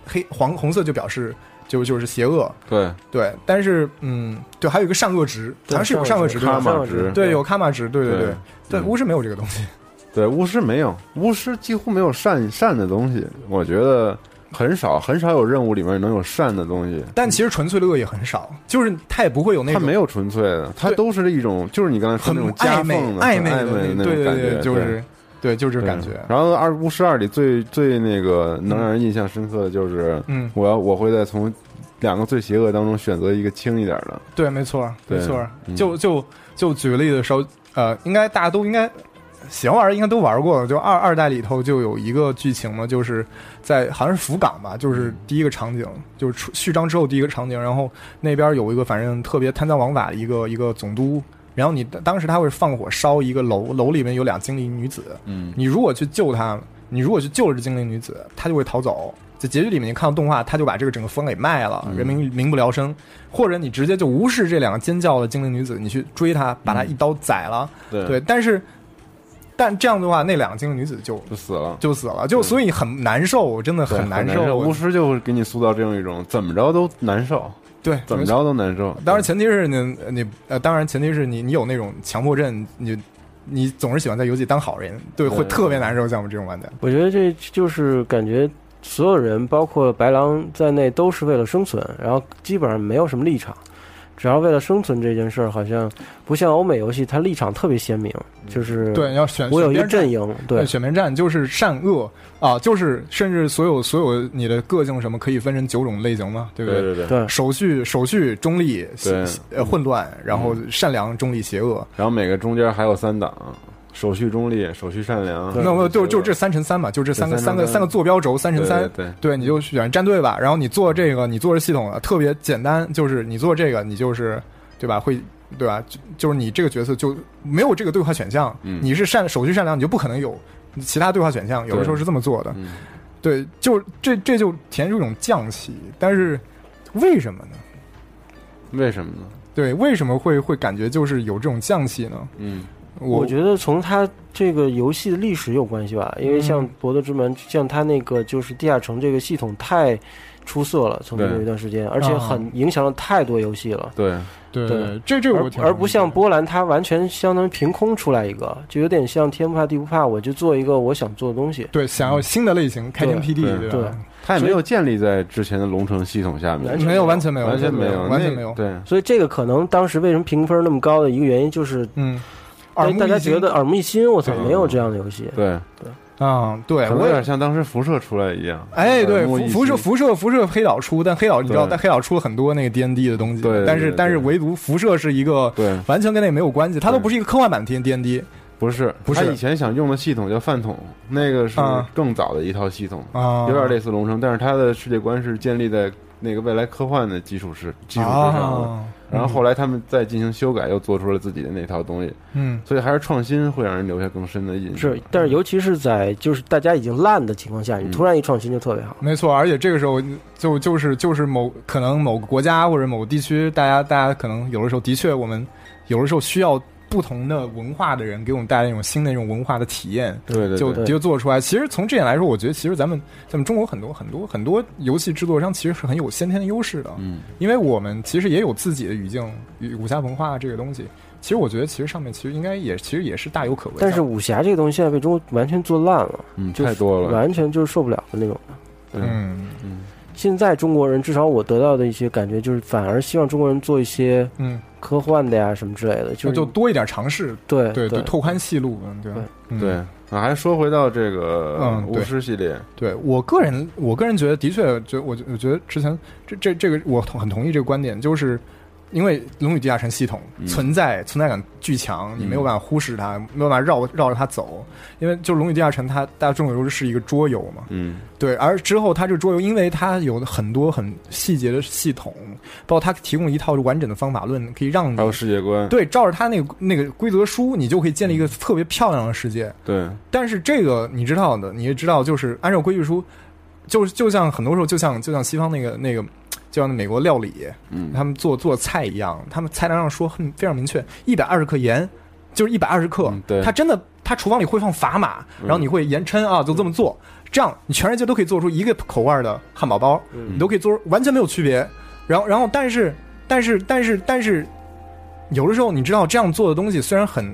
黑黄红色就表示就就是邪恶。
对
对，但是嗯，对，还有一个善恶值，好像是有善恶值对
卡
吧？
玛值，
对，有卡玛值，对对
对
对，对巫师没有这个东西，
对，巫师没有，巫师几乎没有善善的东西，我觉得很少很少有任务里面能有善的东西。
但其实纯粹的恶也很少，就是他也不会有那
它
种
没有纯粹的，它
对
都是一种，就是你刚才说
很
那种夹
暧昧
缝的、
暧
很
昧
暧昧的
的
那
对
种
对
感觉，
对，就
对
是对，就是这
对
感觉。
然后二巫师二里最最那个能让人印象深刻的就是，
嗯
我要我会在从两个最邪恶当中选择一个轻一点的，
对，没错，
对
没错。
嗯
就就就举个例子的时候，呃，应该大家都应该喜欢玩儿应该都玩过。就二二代里头就有一个剧情嘛，就是在好像是福冈吧，
嗯
就是第一个场景，就是出序章之后第一个场景，然后那边有一个反正特别贪赃枉法的一个一个总督。然后你当时他会放火烧一个楼，楼里面有两精灵女子。嗯，你如果去救她，你如果去救了这精灵女子，她就会逃走。在结局里面，你看到动画，她就把这个整个风给卖了，
嗯
人民民不聊生。或者你直接就无视这两个尖叫的精灵女子，你去追她，把她一刀宰了。
嗯对
对，但是但这样的话，那两个精灵女子就
就死了。
就死了，就所以很难受，真的
对
很
难
受。
巫师就会给你塑造这样一种怎么着都难受，
对，
怎么
没错
着都难受。
当然前提是你你呃，当然前提是你你有那种强迫症，你你总是喜欢在游戏当好人，对，
对
会特别难受。像我们这种玩家，
我觉得这就是感觉所有人，包括白狼在内，都是为了生存，然后基本上没有什么立场。只要为了生存这件事儿，好像不像欧美游戏，它立场特别鲜明，就是
对，要选
我有一个
选边站
阵营，对，
选边站就是善恶啊，就是甚至所有所有你的个性什么可以分成九种类型嘛，对不
对对对，
对，
手续手续中立，
对
呃混乱，然后善良中立邪恶。
然后每个中间还有三档，手续中立、手续善良，
那么就
手续邪
就
恶
这三乘三嘛，就这三个
对三
三
乘
个
三
三个坐标轴三乘三，
对对
对，你就选战队吧。然后你做这个，你做这系统特别简单，就是你做这个，你就是对吧？会对吧？就就是你这个角色就没有这个对
嗯嗯
话选项，你是善手续善良，你就不可能有其他对话选项。有的时候是这么做的，对，就这这就填出一种匠气，但是为什么呢？
为什么呢？
对，为什么会会感觉就是有这种匠气呢？
嗯，
我
我觉得从它这个游戏的历史有关系吧，因为像
嗯
《博德之门》，像它那个就是地下城这个系统太出色了，曾经
对
有一段时间，而且
啊
很影响了太多游戏了。
对，
对
对
这这个我
而
挺
而不像
播
波兰，它完全相当于凭空出来一个，就有点像天不怕地不怕，我就做一个我想做的东西。
对想要新的类型开天辟地，
对
对
对
吧？嗯
它也没有建立在之前的龙城系统下面
完，全
没有，完全没有，
完全没有，
完全
那
没有。
对，
所以这个可能当时为什么评分那么高的一个原因就是，
嗯，耳
大
目
家
一新
觉得耳目一新，我操，
对
没有这样的游戏。
对，
啊，对
可能
我
有
也
点像当时辐射出来一样。呃
哎，对，
耳目
辐
一
辐射
新
辐射辐射黑岛出，但黑岛你知道，
对
但黑岛出了很多那个 D N D 的东西，
对对
但是
对
但是
对
唯独辐射是一个
对，
完全跟那个没有关系，它都
对
不是一个科幻版 D N D
不是，
不是
他以前想用的系统叫饭桶，那个是
啊
更早的一套系统，
啊，
有点类似龙城，但是它的世界观是建立在那个未来科幻的基础是基础之上的。
啊，
然后后来他们再进行修改，又做出了自己的那套东西，
嗯
所以还是创新会让人留下更深的印象。
是，但是尤其是在就是大家已经烂的情况下，
嗯
你突然一创新就特别好。
没错，而且这个时候就就是就是某可能某个国家或者某个地区，大家大家可能有的时候的确我们有的时候需要不同的文化的人给我们带来一种新的一种文化的体验，
对对
就
对，
就做出来。其实从这点来说，我觉得其实咱们咱们中国很多很多很多游戏制作商其实是很有先天的优势的，
嗯，
因为我们其实也有自己的语境与武侠文化这个东西。其实我觉得，其实上面其实应该也其实也是大有可为的。
但是武侠这个东西现在被中国完全做烂了，
嗯，
就是
太多了，
完全就是受不了的那种。
对，
嗯
嗯，
现在中国人至少我得到的一些感觉就是，反而希望中国人做一些
嗯，
科幻的呀什么之类的，
就是就多一点尝试，
对
对，
对
就拓宽戏路，嗯，对吧
对
嗯
对。啊，还说回到这个呃
嗯
巫
对
师系列，
对我个人，我个人觉得，的确，觉得我觉我觉得之前这这这个我同很同意这个观点，就是因为《龙与地下城》系统
嗯
存在、存在感巨强，你
嗯
没有办法忽视它，没有办法绕绕着它走，因为就《龙与地下城》它大家众所周知是一个桌游嘛，
嗯，
对，而之后它这个桌游，因为它有很多很细节的系统，包括它提供一套完整的方法论，可以让你
还有世界观，
对照着它那个那个规则书，你就可以建立一个特别漂亮的世界。
对，
但是这个你知道的，你也知道，就是按照规矩书，就是就像很多时候，就像就像西方那个那个，就像美国料理，
嗯，
他们做做菜一样，他们菜单上说很非常明确，一百二十克盐就是一百二十克
嗯，对
他真的他厨房里会放砝码，
嗯
然后你会言称啊，就这么做，这样你全世界都可以做出一个口味儿的汉堡包，
嗯
嗯
你都可以做出完全没有区别。然后然后但是但是但是但是，有的时候你知道这样做的东西虽然很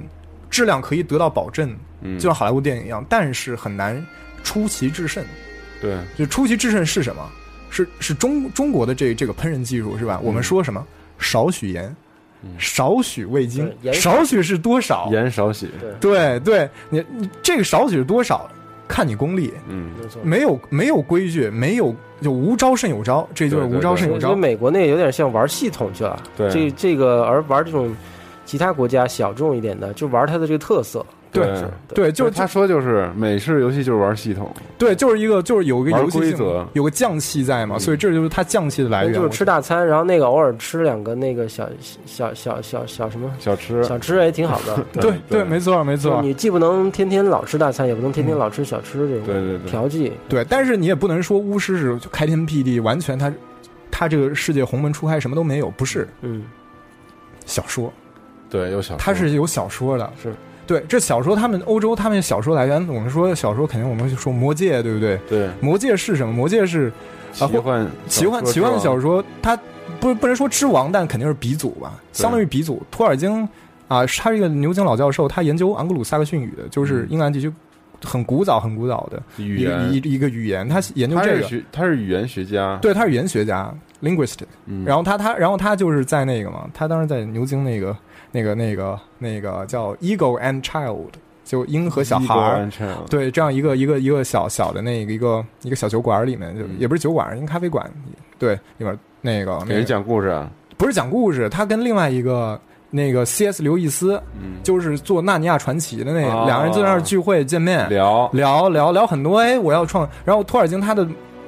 质量可以得到保证，
嗯，
就像好莱坞电影一样，但是很难出奇制胜。
对，
就出奇制胜是什么？是是中中国的这这个烹饪技术是
嗯
吧？我们说什么？少许盐，少许味精，
对盐
少许是多少？
盐少许，
对对，你你这个少许是多少？看你功力，
嗯，
没错。
没有没有规矩，没有就无招胜有招，这就是
对对
无招胜有
我觉得
招。
美国那个有点像玩系统去了，
对
这这个而玩这种其他国家小众一点的，就玩它的这个特色。
对
对
对，就
就是是他说就是美式游戏就是玩系统，
对，就是一个就是有一个
玩
游戏
规
性
则
有个匠气在嘛，所以这就是它匠气的来源。
就是吃
我觉
大餐，然后那个偶尔吃两个那个小小小小小什么
小吃，
小吃也挺好 的。
得对对，没错没
就是
错，
你既不能天天老吃大餐，也不能天天老吃小吃这种
对对对
调剂。
嗯对，但是你也不能说巫师是就开天辟地，完全他他这个世界鸿门初开什么都没有，不是
嗯，
小说，
啊对有小吃，
它是有小说的，
是
对这小说，他们欧洲他们小说来源，我们说小说肯定我们会说魔戒，对不对？
对
魔戒是什么？魔戒是
奇幻
啊奇幻奇幻的小
说，
说，它不不能说之王，但肯定是鼻祖吧，
对
相当于鼻祖。托尔金啊，他是一个牛津老教授，他研究盎格鲁撒克逊语的，就是
嗯
英格兰地区很古早很古早的
语
一个一
言，
一个语言，他研究
他
这
是
个。
学他是语言学家，
对，他是语言学家 （linguist），
嗯，
然后他他然后他就是在那个嘛，他当时在牛津那个那个那个那个叫 Ego and Child，就鹰和小孩儿，
儿，
对，这样一个一个一个小小的那个一个一个小酒馆里面，就
嗯
也不是酒馆，一个咖啡馆，对，里面那个
给
那
人
个
讲故事啊，
不是讲故事，他跟另外一个那个 C.S. 刘易斯，
嗯，
就是做《纳尼亚传奇》的那
哦
个，两个人就在那儿聚会见面，
聊，
聊聊聊很多，哎，我要创。然后托尔金他的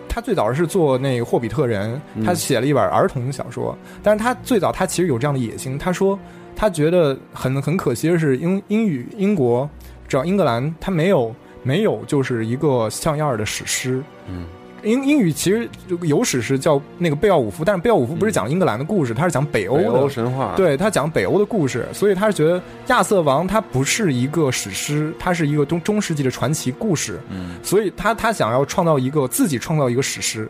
他最早是做那个《霍比特人
嗯》，
他写了一本儿童小说，但是他最早他其实有这样的野心，他说他觉得很很可惜的是英英语英国，只要英格兰他没有没有就是一个像样儿的史诗。
嗯，
英英语其实有史诗叫那个贝奥武夫，但是贝奥武夫不是讲英格兰的故事，他是讲北欧
北
的。
欧神话，，
对他讲北欧的故事，所以他是觉得亚瑟王他不是一个史诗，他是一个中中世纪的传奇故事。
嗯，
所以他他想要创造一个自己创造一个史诗，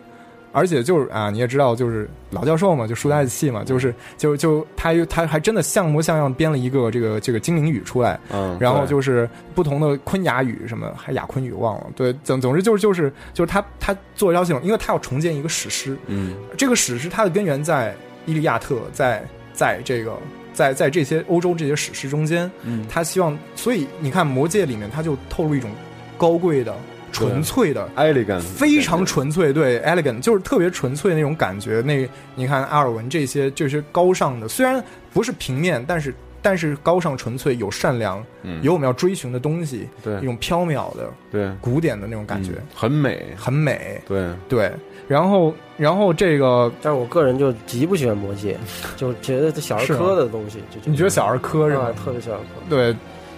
而且就是啊，你也知道，就是老教授嘛，就书呆子
嗯
气嘛，就是就就他又他还真的像模像样编了一个这个这个精灵语出来，
嗯，
然后
对
就是不同的昆雅语什么，还雅昆语忘了，对，总总之就是就是就是他他做邀请，因为他要重建一个史诗，
嗯
这个史诗它的根源在《伊利亚特》，在在这个在在这些欧洲这些史诗中间，
嗯，
他希望，所以你看《魔戒》里面，它就透露一种高贵的、纯粹的。
elegant
非常纯粹，对，elegant 就是特别纯粹那种感觉。那你看阿尔文这些，这些高尚的，虽然不是平面，但是但是高尚纯粹，有善良，
嗯
有我们要追寻的东西，一
对
种飘渺的、
对
古典的那种感觉，
嗯很美，
很美。
对，
对，然后然后这个
但是我个人就极不喜欢魔戒，就觉得这小儿
是吗啊
科的东西，就
你觉得小儿科是
啊
吧？
特别小儿
嗯对，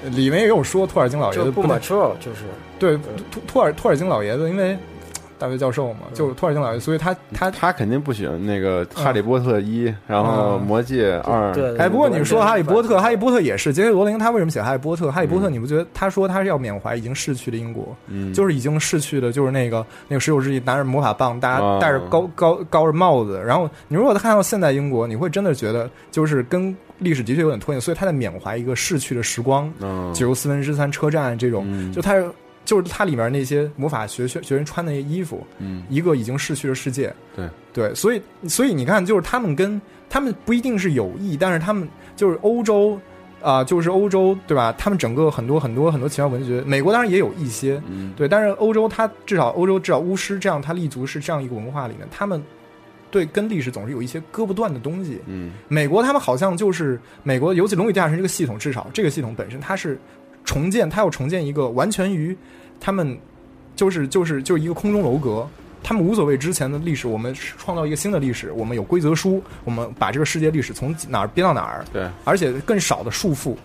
里面也有说托尔金老
科，
爷
就
子
不
能
mature，就是
对托托尔托尔金老爷子，因为大卫教授嘛，就是托尔金老爷子，所以他他
他肯定不喜欢那个《哈利波特》一，然后《
嗯
魔戒》二，
嗯对，
哎，不过你说《哈利波特》，《哈利
特
波特》也是杰克·罗琳，他为什么写《哈利波特》？《哈利波特》你不觉得他说他是要缅怀已经逝去的英国，
嗯，
就是是已经逝去的，就是那个那个十九世纪拿着魔法棒，大家
啊
戴着高高高着帽子，然后你如果看到现代英国，你会真的觉得就是跟历史的确有点脱节，所以他在缅怀一个逝去的时光，
嗯，
九如斯文十三车站这种，
嗯
就它就是它里面那些魔法学学学生穿的那些衣服，
嗯
一个已经逝去的世界。
对
对，所以所以你看，就是他们跟他们不一定是有意，但是他们就是欧洲啊、就是欧洲对吧？他们整个很多很多很多奇妙文学，美国当然也有一些，
嗯
对，但是欧洲它至少欧洲至少巫师这样，它立足是这样一个文化里面，他们对跟历史总是有一些割不断的东西。
嗯
美国他们好像就是美国，尤其《龙与地下城》这个系统，至少这个系统本身它是重建，它要重建一个完全于他们就是就是就是一个空中楼阁。他们无所谓之前的历史，我们创造一个新的历史，我们有规则书，我们把这个世界历史从哪儿编到哪儿，
对
而且更少的束缚。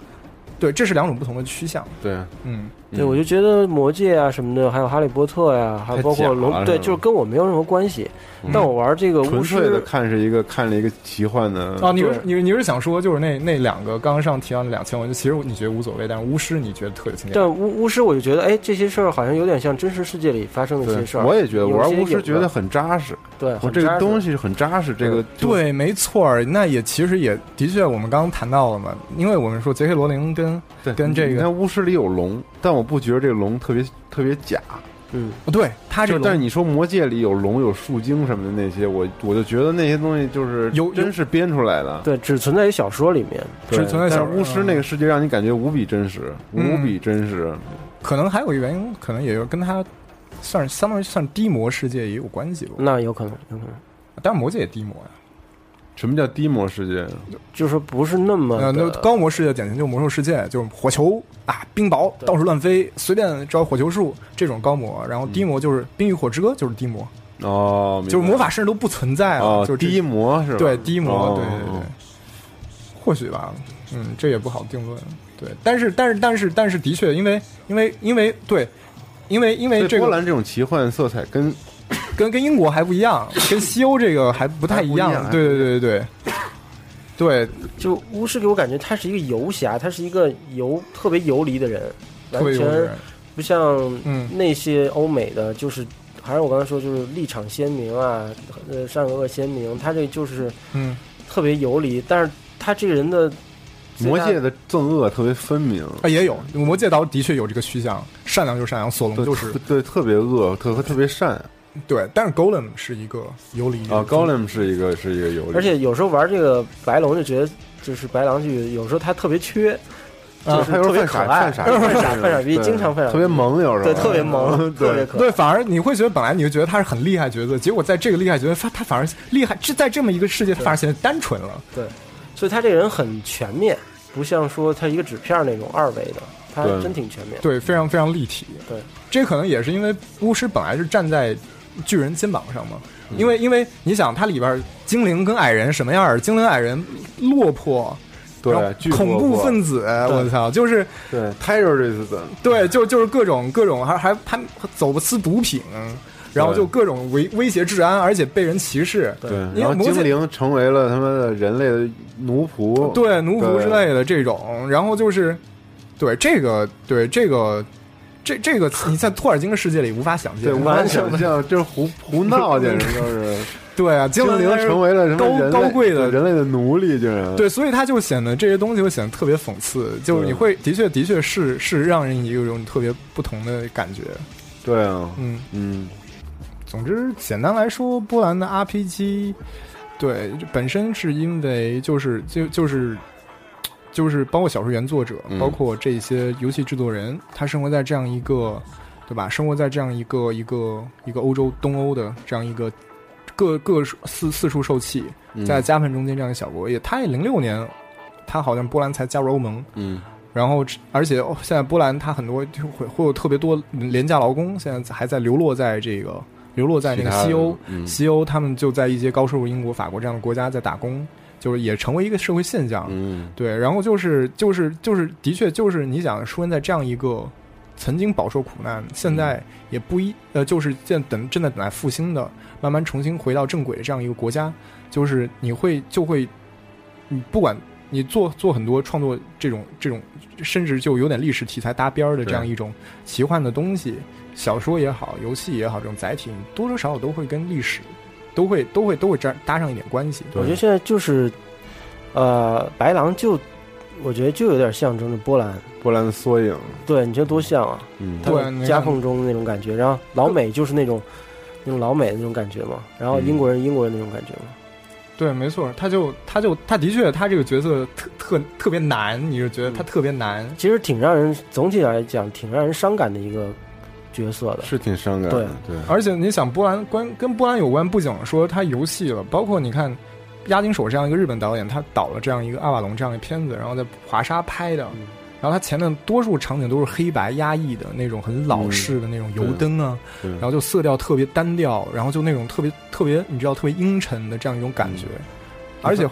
对，这是两种不同的趋向。
对，
嗯，
对，我就觉得魔戒啊什么的，还有哈利波特呀、还有包
太假
括龙
了，
对，
是吧
就是跟我没有任何关系。
嗯
但我玩这个
纯
巫
粹的
师，啊
看是一个看了一个奇幻的
哦，你
对
是你你是想说，就是那那两个刚刚上提到那两千文，其实你觉得无所谓，但是巫师你觉得特有情感。
但巫巫师我就觉得，哎，这些事儿好像有点像真实世界里发生的一
对
些事儿。
我也觉得
有
玩
些
巫
有
师
的
觉得很扎实，
对，
我
很
这个
扎实
东西很扎实，这个就，
对，没错儿，那也其实也的确，我们刚刚谈到了嘛，因为我们说杰克罗琳跟
对
跟这个
你看巫师里有龙，但我不觉得这个龙特别特别假。
嗯，
哦对他这
就但是
个
你说魔界里有龙有树精什么的那些，我我就觉得那些东西就是
有有
真是编出来的。
对，只存在于小说里面。
只
对
存在
但
小啊
是巫师那个世界让你感觉无比真实，
嗯
无比真实。
可能还有一个原因，可能也就跟他算是相当于算低魔世界也有关系吧。
那有可能，有可能，
但是魔界也低魔呀，
什么叫低魔世界？
就是说不是那么
呃，那
的
高魔世界简直就是魔兽世界，就是火球啊，冰雹
对
到处乱飞，随便招火球术这种高魔。然后低魔就是冰与火之歌，就是低魔，
哦，明白
就是魔法甚至都不存在了，
哦，
就是这
低魔是吧？
对低魔，
哦
对对对，或许吧，嗯，这也不好定论。对，但是但是但是但是的确，因为因为因为对，因为因为
所
这
以波
个
兰这种奇幻色彩跟
跟跟英国还不一样，跟西欧这个还不太一
还不一
样。
样
对对对对对，对
就巫师给我感觉他是一个游侠，他是一个游特别游离的人，
特
完
别有
全
人。
不像
嗯
那些欧美的，就是还是我刚才说，就是立场鲜明啊，呃，善恶鲜明，他这就是
嗯，
特别游离，但是他这个人的
魔界的憎恶特别分明，
啊也有魔界岛的确有这个趋向，善良就是善良，索隆嗯
对
就是
特对特别恶，特特别善
对，但是 Golem 是一个游离
啊。高 m 是一个是一个有理，
而且有时候玩这个白龙就觉得，就是白狼就有时候他特别缺，
啊
就
还
是
有
特
犯
别可
傻
爱，
犯
犯
傻
傻犯傻逼，
对
经常犯傻逼，
特别萌，有时候
对，特别 萌，特别可爱。
对，反而你会觉得本来你就觉得他是很厉害角色，结果在这个厉害角色，他他反而厉害，这在这么一个世界，他反而显得单纯了。
所以他这个人很全面，不像说他一个纸片儿那种二维的，他
对
真挺全面。
对，非常非常立体。
对，
这可能也是因为巫师本来是站在巨人肩膀上嘛，因
嗯
为因为你想，它里边精灵跟矮人什么样儿？精灵矮人落魄，然
对
后，
巨
恐怖分
子，
子，
对
我操，就是
对，terrorism，
对，就就是各种各种，还还还走私毒品，然后
对
就各种威威胁治安，而且被人歧视，
对，
因为
然后
摩羯
精灵成为了他妈的人类的奴仆，
对奴仆
对
之类的这种，然后就是对这个对这个这这个你在托尔金的世界里无法想
对，
见，
无法想象，这是胡胡闹，简直都 是
对啊，精
精灵
灵
成为了什么
高
人类
高贵的
对人类的奴隶，竟然
对，所以他就显得这些东西会显得特别讽刺，就是你
对
会的确的确是是让人有一种特别不同的感觉。
对啊，
嗯，
嗯，
总之简单来说，波兰的 RPG 对本身是因为就是就就是就是包括小说原作者，
嗯
包括这些游戏制作人，他生活在这样一个对吧？生活在这样一个一个一个欧洲东欧的这样一个各各四四处受气，
嗯
在加分中间这样一个小国，也他也零六年，他好像波兰才加入欧盟，
嗯
然后这而且、哦现在波兰它很多就会会有特别多廉价劳工，现在还在流落在这个流落在那个
其他的
西欧，
嗯
西欧他们就在一些高收入英国、法国这样的国家在打工，就是也成为一个社会现象。
嗯
对，然后就是就是就是，的确就是你想出现在这样一个曾经饱受苦难，现在也不一呃，就是现在等正在等待复兴的，慢慢重新回到正轨的这样一个国家，就是你会就会，你不管你做做很多创作这种这种，甚至就有点历史题材搭边儿的这样一种奇幻的东西，小说也好，游戏也好，这种载体你多多少少都会跟历史。都会都会都会沾搭上一点关系，
我觉得现在就是，呃，白狼就我觉得就有点象征着波兰，
波兰的缩影，
对，你觉得多像啊？
嗯
它
对
是
你看
夹缝中那种感觉，然后老美就是那种那种老美的那种感觉嘛，然后英国
嗯
人英国人那种感觉嘛，
对，没错，他就他就他的确，他这个角色特特特别难，你就觉得
嗯
他特别难。
其实挺让人总体来讲挺让人伤感的一个角色的。
是挺伤感的，对，
而且你想，波兰关跟波兰有关，不仅说他游戏了，包括你看《押金手》这样一个日本导演，他导了这样一个《阿瓦隆》这样的片子，然后在华沙拍的，
嗯
然后他前面多数场景都是黑白压抑的那种很老式的那种油灯啊，
嗯对
然后就色调特别单调，然后就那种特别特别你知道特别阴沉的这样一种感觉，
嗯
而且。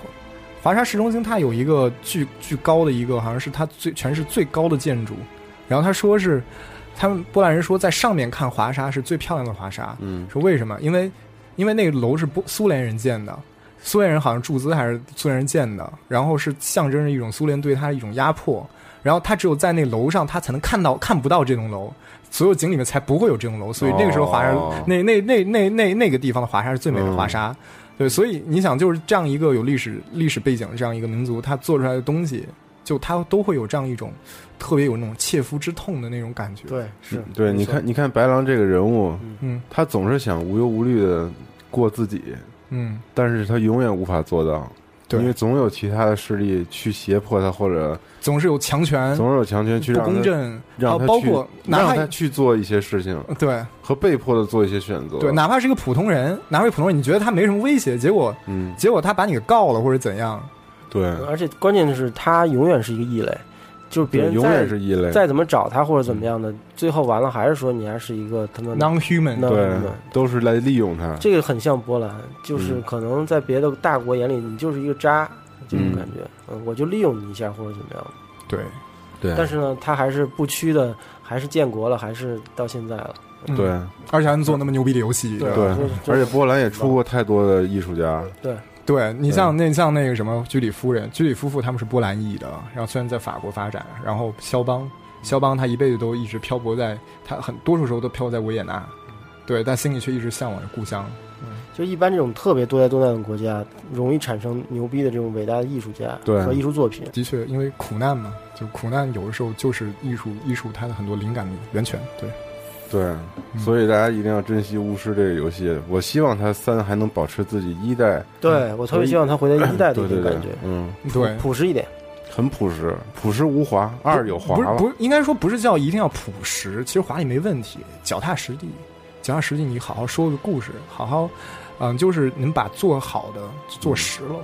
华沙市中心它有一个巨巨高的一个，好像是它最全市最高的建筑。然后他说是，他们波兰人说在上面看华沙是最漂亮的华沙。
嗯
说为什么？因为因为那个楼是波苏联人建的，苏联人好像驻资还是苏联人建的，然后是象征着一种苏联对他的一种压迫，然后他只有在那楼上他才能看到看不到这栋楼，所有景里面才不会有这栋楼，所以那个时候华沙、
哦
那那那那那那个地方的华沙是最美的华沙。
嗯
对，所以你想，就是这样一个有历史历史背景的这样一个民族，他做出来的东西，就他都会有这样一种特别有那种切肤之痛的那种感觉。，
对，是
对，你看，你看白狼这个人物，
嗯
他总是想无忧无虑的过自己，
嗯，
但是他永远无法做到，
对
因为总有其他的势力去胁迫他，或者
总是有强权，
总有强权去
嗯不
让
公
他
正，然
让
后
他
包
去
括哪
让他
怕
去做一些事情
对
和被迫的做一些选择，
对，哪怕是一个普通人，哪怕是普通人，你觉得他没什么威胁，结果
嗯，
结果他把你给告了或者怎样，
对，
而且关键的是他永远是一个异类，就是别
对
人
永
再
远是异类，嗯
再怎么找他或者怎么样的，最后完了还是说你还是一个他妈
non human，
那
对
什么，
都是来利用他，
这个很像波兰，就是
嗯
可能在别的大国眼里你就是一个渣，这种
嗯哎
感觉，嗯，我就利用你一下或者怎么样。
对，
对，
但是呢，他还是不屈的，还是建国了，还是到现在了。
嗯
对，
而且还能做那么牛逼的游戏，
对
对
就是，就是嗯
而且波兰也出过太多的艺术家，
对你像那像那个什么居里夫人，居里夫妇他们是波兰裔的，然后虽然在法国发展，然后肖邦，肖邦他一辈子都一直漂泊在，他很多数时候都漂泊在维也纳，对，但心里却一直向往着故乡。
就一般这种特别多灾多难的国家，容易产生牛逼的这种伟大的艺术家
对嗯
和艺术作品。
的确，因为苦难嘛，就苦难有的时候就是艺术，艺术它的很多灵感的源泉。对，
对，
嗯
所以大家一定要珍惜巫师这个游戏。我希望它三还能保持自己一代，
对我特别希望他回到一代 的
对
一
对
种
对
感觉，，
嗯，
对，
朴实一点。
很朴实，朴实无华。二有华
不是
了，
不是，应该说不是叫一定要朴实，其实华丽没问题，脚踏实地，脚踏实地，你好好说个故事，好好，嗯、就是能把做好的
嗯
做实了。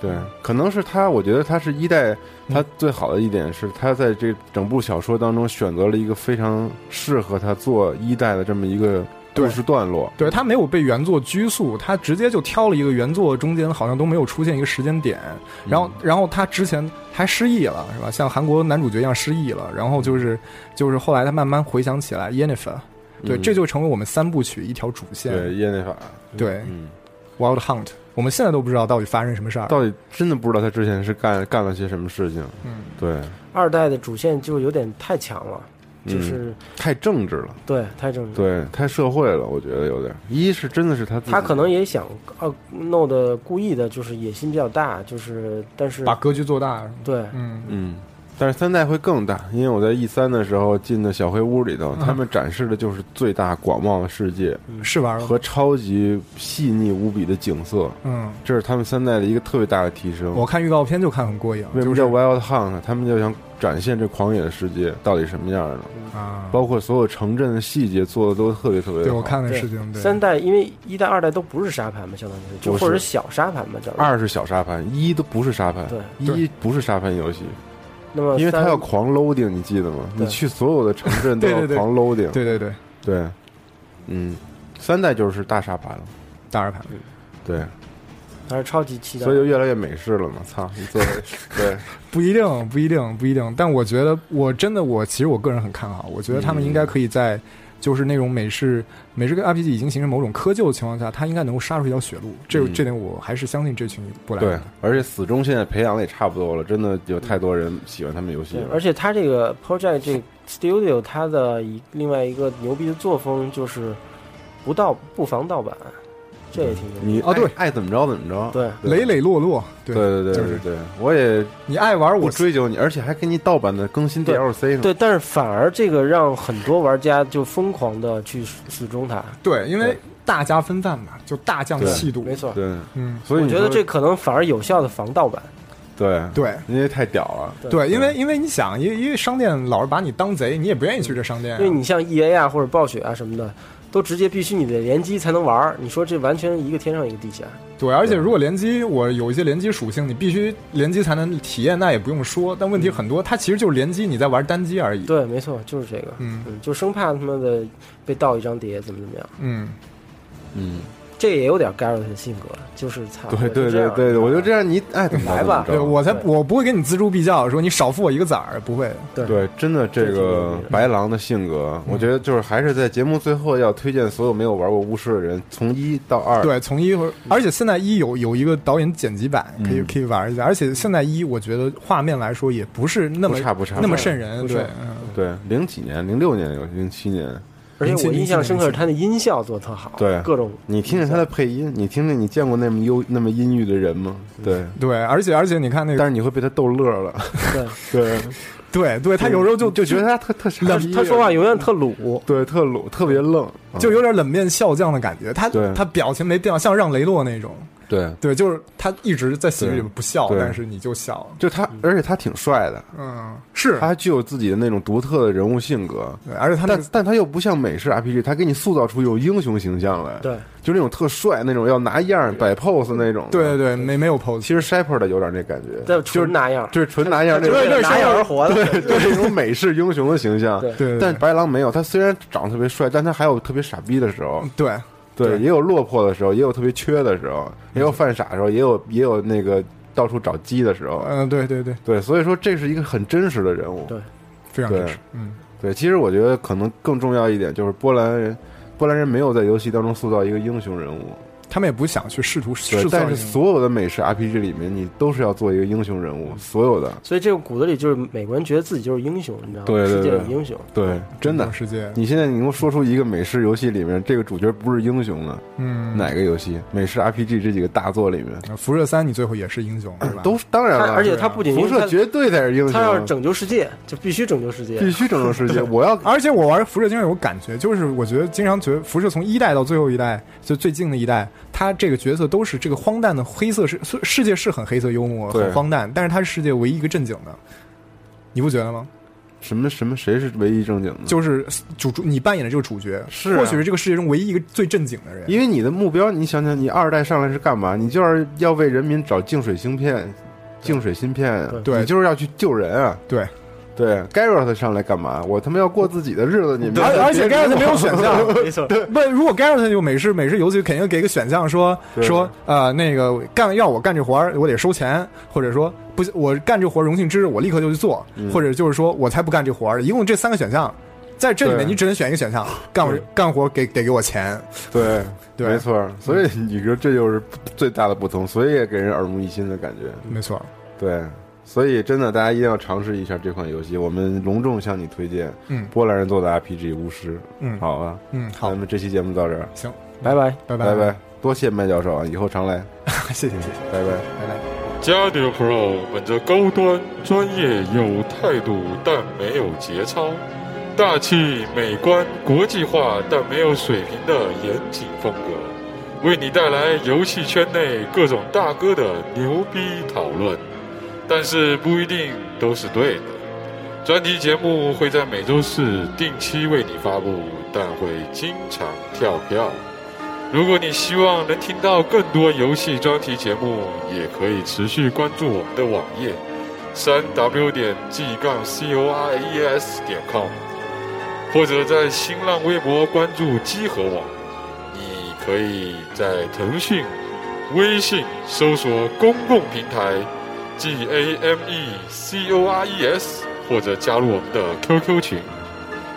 对，可能是他，我觉得他是一
嗯
代，他最好的一点是他在这整部小说当中选择了一个非常适合他做一代的这么一个故
对
事段落，
对他没有被原作拘束，他直接就挑了一个原作中间好像都没有出现一个时间点，
嗯
然后然后他之前还失忆了是吧？像韩国男主角一样失忆了，然后就是就是后来他慢慢回想起来 y e n n i f e r 对，这就成为我们三部曲一条主线。
嗯对业内法，
对
嗯，
Wild Hunt，我们现在都不知道到底发生什么事儿。
到底真的不知道他之前是干干了些什么事情，
嗯，
对，
二代的主线就有点太强了，就是、
太政治了，
对太正常。
嗯对，太社会了，我觉得有点，一是真的是他自己
他可能也想呃弄得故意的，就是野心比较大，就是但是
把格局做大。
对
嗯，
嗯。但是三代会更大，因为我在 E 三的时候进的小黑屋里
嗯
头，他们展示的就是最大广袤的世界
是玩了。
和超级细腻无比的景色，
嗯，
这是他们三代的一个特别大的提升。
我看预告片就看很过瘾，
为什
就
么
是
叫 Wild Hunt？呢他们就想展现这狂野的世界到底什么样的，
啊，
包括所有城镇的细节做的都特别特别好。
对我看的
对
事情，对
三代，因为一代、二代都不是沙盘嘛，相当于是就
不是
或者小沙盘嘛，叫
二是小沙盘，一都不是沙盘，
对
一不是沙盘游戏，
那么
因为它
三
要狂 loading，你记得吗？
对
你去所有的城镇都要
对对对
狂 loading，
对对对，
对嗯，三代就是大沙盘了，
大二盘
对，
还是超级期待
所以。就越来越美式了嘛，操，你 做的对，
不一定，不一定，不一定。但我觉得，我真的，我其实我个人很看好，我觉得他们应
嗯
该可以在。就是那种美式美式跟 RPG 已经形成某种窠臼的情况下，他应该能够杀出一条血路。这、
嗯
这点我还是相信这群波兰
对
人。，
而且死忠现在培养的也差不多了，真的有太多人喜欢他们游戏
对，
了
而，且他这个 Project 这 Studio 它的一另外一个牛逼的作风就是不盗不防盗版，这也挺牛逼。
嗯你
哦对
爱爱怎么着怎么着，
对
对
磊磊落落，对
对对对
就
对
是
对，我也
你爱玩
不
我
追究你，而且还给你盗版的更新
对
DLC 呢，
对，但是反而这个让很多玩家就疯狂的去死忠它，
对，因为
对
大家分散嘛，就大降
对
气度。
没，错。
对，
嗯，
所以
我
你
觉得
说
这可能反而有效的防盗版，
对
对
因为太屌了，
对，因为因为你想，因为因为商店老是把你当贼，你也不愿意去这商店啊、
因为你像 E A 啊或者暴雪啊什么的，都直接必须你得联机才能玩儿。你说这完全一个天上一个地下，
对，而且如果联机，我有一些联机属性，你必须联机才能体验，那也不用说。但问题很多，它其实就是联机，你在玩单机而已。
对，没错，就是这个，
嗯
就生怕他妈的被盗一张碟怎么怎么样，
嗯，
嗯，
这也有点 Garrett 的性格，啊就是操，
对对对对对，我就这样，你爱怎么着
来吧
怎
对
么着
我才
对
我不会跟你锱铢必较，说你少付我一个子儿，不会。
对
对，真的这个白狼的性格，我觉得就是还是在节目最后要推荐所有没有玩过巫师的人，从一到二，
对，从一会儿，而且现在一有有一个导演剪辑版，可以可以玩一下。而且现在一，我觉得画面来说也不是那么
不差不差
那么
不差
瘆人。
不
对
差，
嗯，
对，零几年，零六年有零七年，
而且我印象深刻是
零七
他的音效做得特好，
对
各种
你听听他的配音，你听听你见过那么忧那么阴郁的人吗？对，
对，而且而且你看那个，
但是你会被他逗乐了，
对，
对，
对对，他有时候就
就觉得他特特傻
他
逼，
他说话永远特鲁，
对特鲁特别愣，
就有点冷面笑匠的感觉，他
嗯对
他表情没变，像让雷洛那种。
啊对，
对，就是他一直在喜剧里面不笑，
对对
但是你就笑。
就他，而且他挺帅的，
嗯，是，
他具有自己的那种独特的人物性格，
对而且他那
但
个
但他又不像美式 RPG，他给你塑造出一种英雄形象来，
对，
就那种特帅那种要拿样儿摆 pose 那种，
对对，对，没没有 pose，
其实 Shepard 有点那感觉，
但
就是
纯那样，
就是纯拿样儿那
就是
种。
为了拿样而活的，
对，就是那种美式英雄的形象。
对
对对
但白狼没有，他虽然长得特别帅，但他还有特别傻逼的时候，
对
对，
对
也有落魄的时候，也有特别缺的时候，也有犯傻的时候，也有也有那个到处找鸡的时候。
嗯，对对对，
对，所以说这是一个很真实的人物。
对
非常
对
真实。嗯，
对，其实我觉得可能更重要一点就是波兰人，波兰人没有在游戏当中塑造一个英雄人物，
他们也不想去试图
对
试，
但
探
是所有的美式 RPG 里面，你都是要做一个英雄人物，所有的，
所以这个骨子里就是美国人觉得自己就是英雄，你知道吗？
对对
世界
对
里的英雄，
对，真的。
世界，
你现在你能说出一个美式游戏里面这个主角不是英雄的
嗯，
哪个游戏？美式 RPG 这几个大作里面，
呃辐射三你最后也是英雄，对吧？
都是当然
他
了，
而且他不仅
辐射绝对才是英
他他要
雄，
拯救世界，就必须拯救世界，
必须拯救 世界。我要
而且我玩辐射经常有感觉，就是我觉得经常觉得辐射从一代到最后一代，就最近的一代，他这个角色都是这个荒诞的黑色世世世界是很黑色幽默、
对
很荒诞，但是他是世界唯一一个正经的，你不觉得吗？
什么什么谁是唯一正经的？
就是主主你扮演的这个主角，
是啊
或许是这个世界中唯一一个最正经的人。
因为你的目标，你想想，你二代上来是干嘛？你就是要为人民找净水芯片，净水芯片啊，
对
你就是要去救人啊，
对
对 Garrett 上来干嘛？我他妈要过自己的日子，你们
而而且 Garrett 没有选项，
没错，
对，不，如果 Garrett 就美式美式游戏，肯定给个选项说说呃那个干要我干这活儿，我得收钱，或者说不我干这活儿荣幸之日，我立刻就去做，
嗯
或者就是说我才不干这活儿，一共这三个选项，在这里面
对
你只能选一个选项，干我干活儿给得给我钱，
对
对嗯
没错。所以你说这就是最大的不同，所以也给人耳目一新的感觉。
没错，
对，所以真的大家一定要尝试一下这款游戏，我们隆重向你推荐。
嗯
波兰人做的 RPG《巫师》。
嗯
好啊，
嗯，好
咱，们这期节目到这儿，
行，
拜拜。
拜
拜
拜
拜。多谢麦教授啊，以后常来，
谢谢谢谢，
拜拜。
拜拜。
加迪 Pro 本着高端、专业、有态度，但没有节操；大气、美观、国际化，但没有水平的严谨风格，为你带来游戏圈内各种大哥的牛逼讨论，但是不一定都是对的。专题节目会在每周四定期为你发布，但会经常跳票。如果你希望能听到更多游戏专题节目，也可以持续关注我们的网页，三 w 点 g 杠 c o r e s 点 com，或者在新浪微博关注机核网。你可以在腾讯、微信搜索公共平台 G A M E C O R E S，或者加入我们的 QQ 群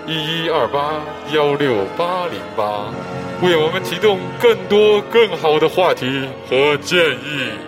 一一二八幺六八零八。为我们提供更多更好的话题和建议。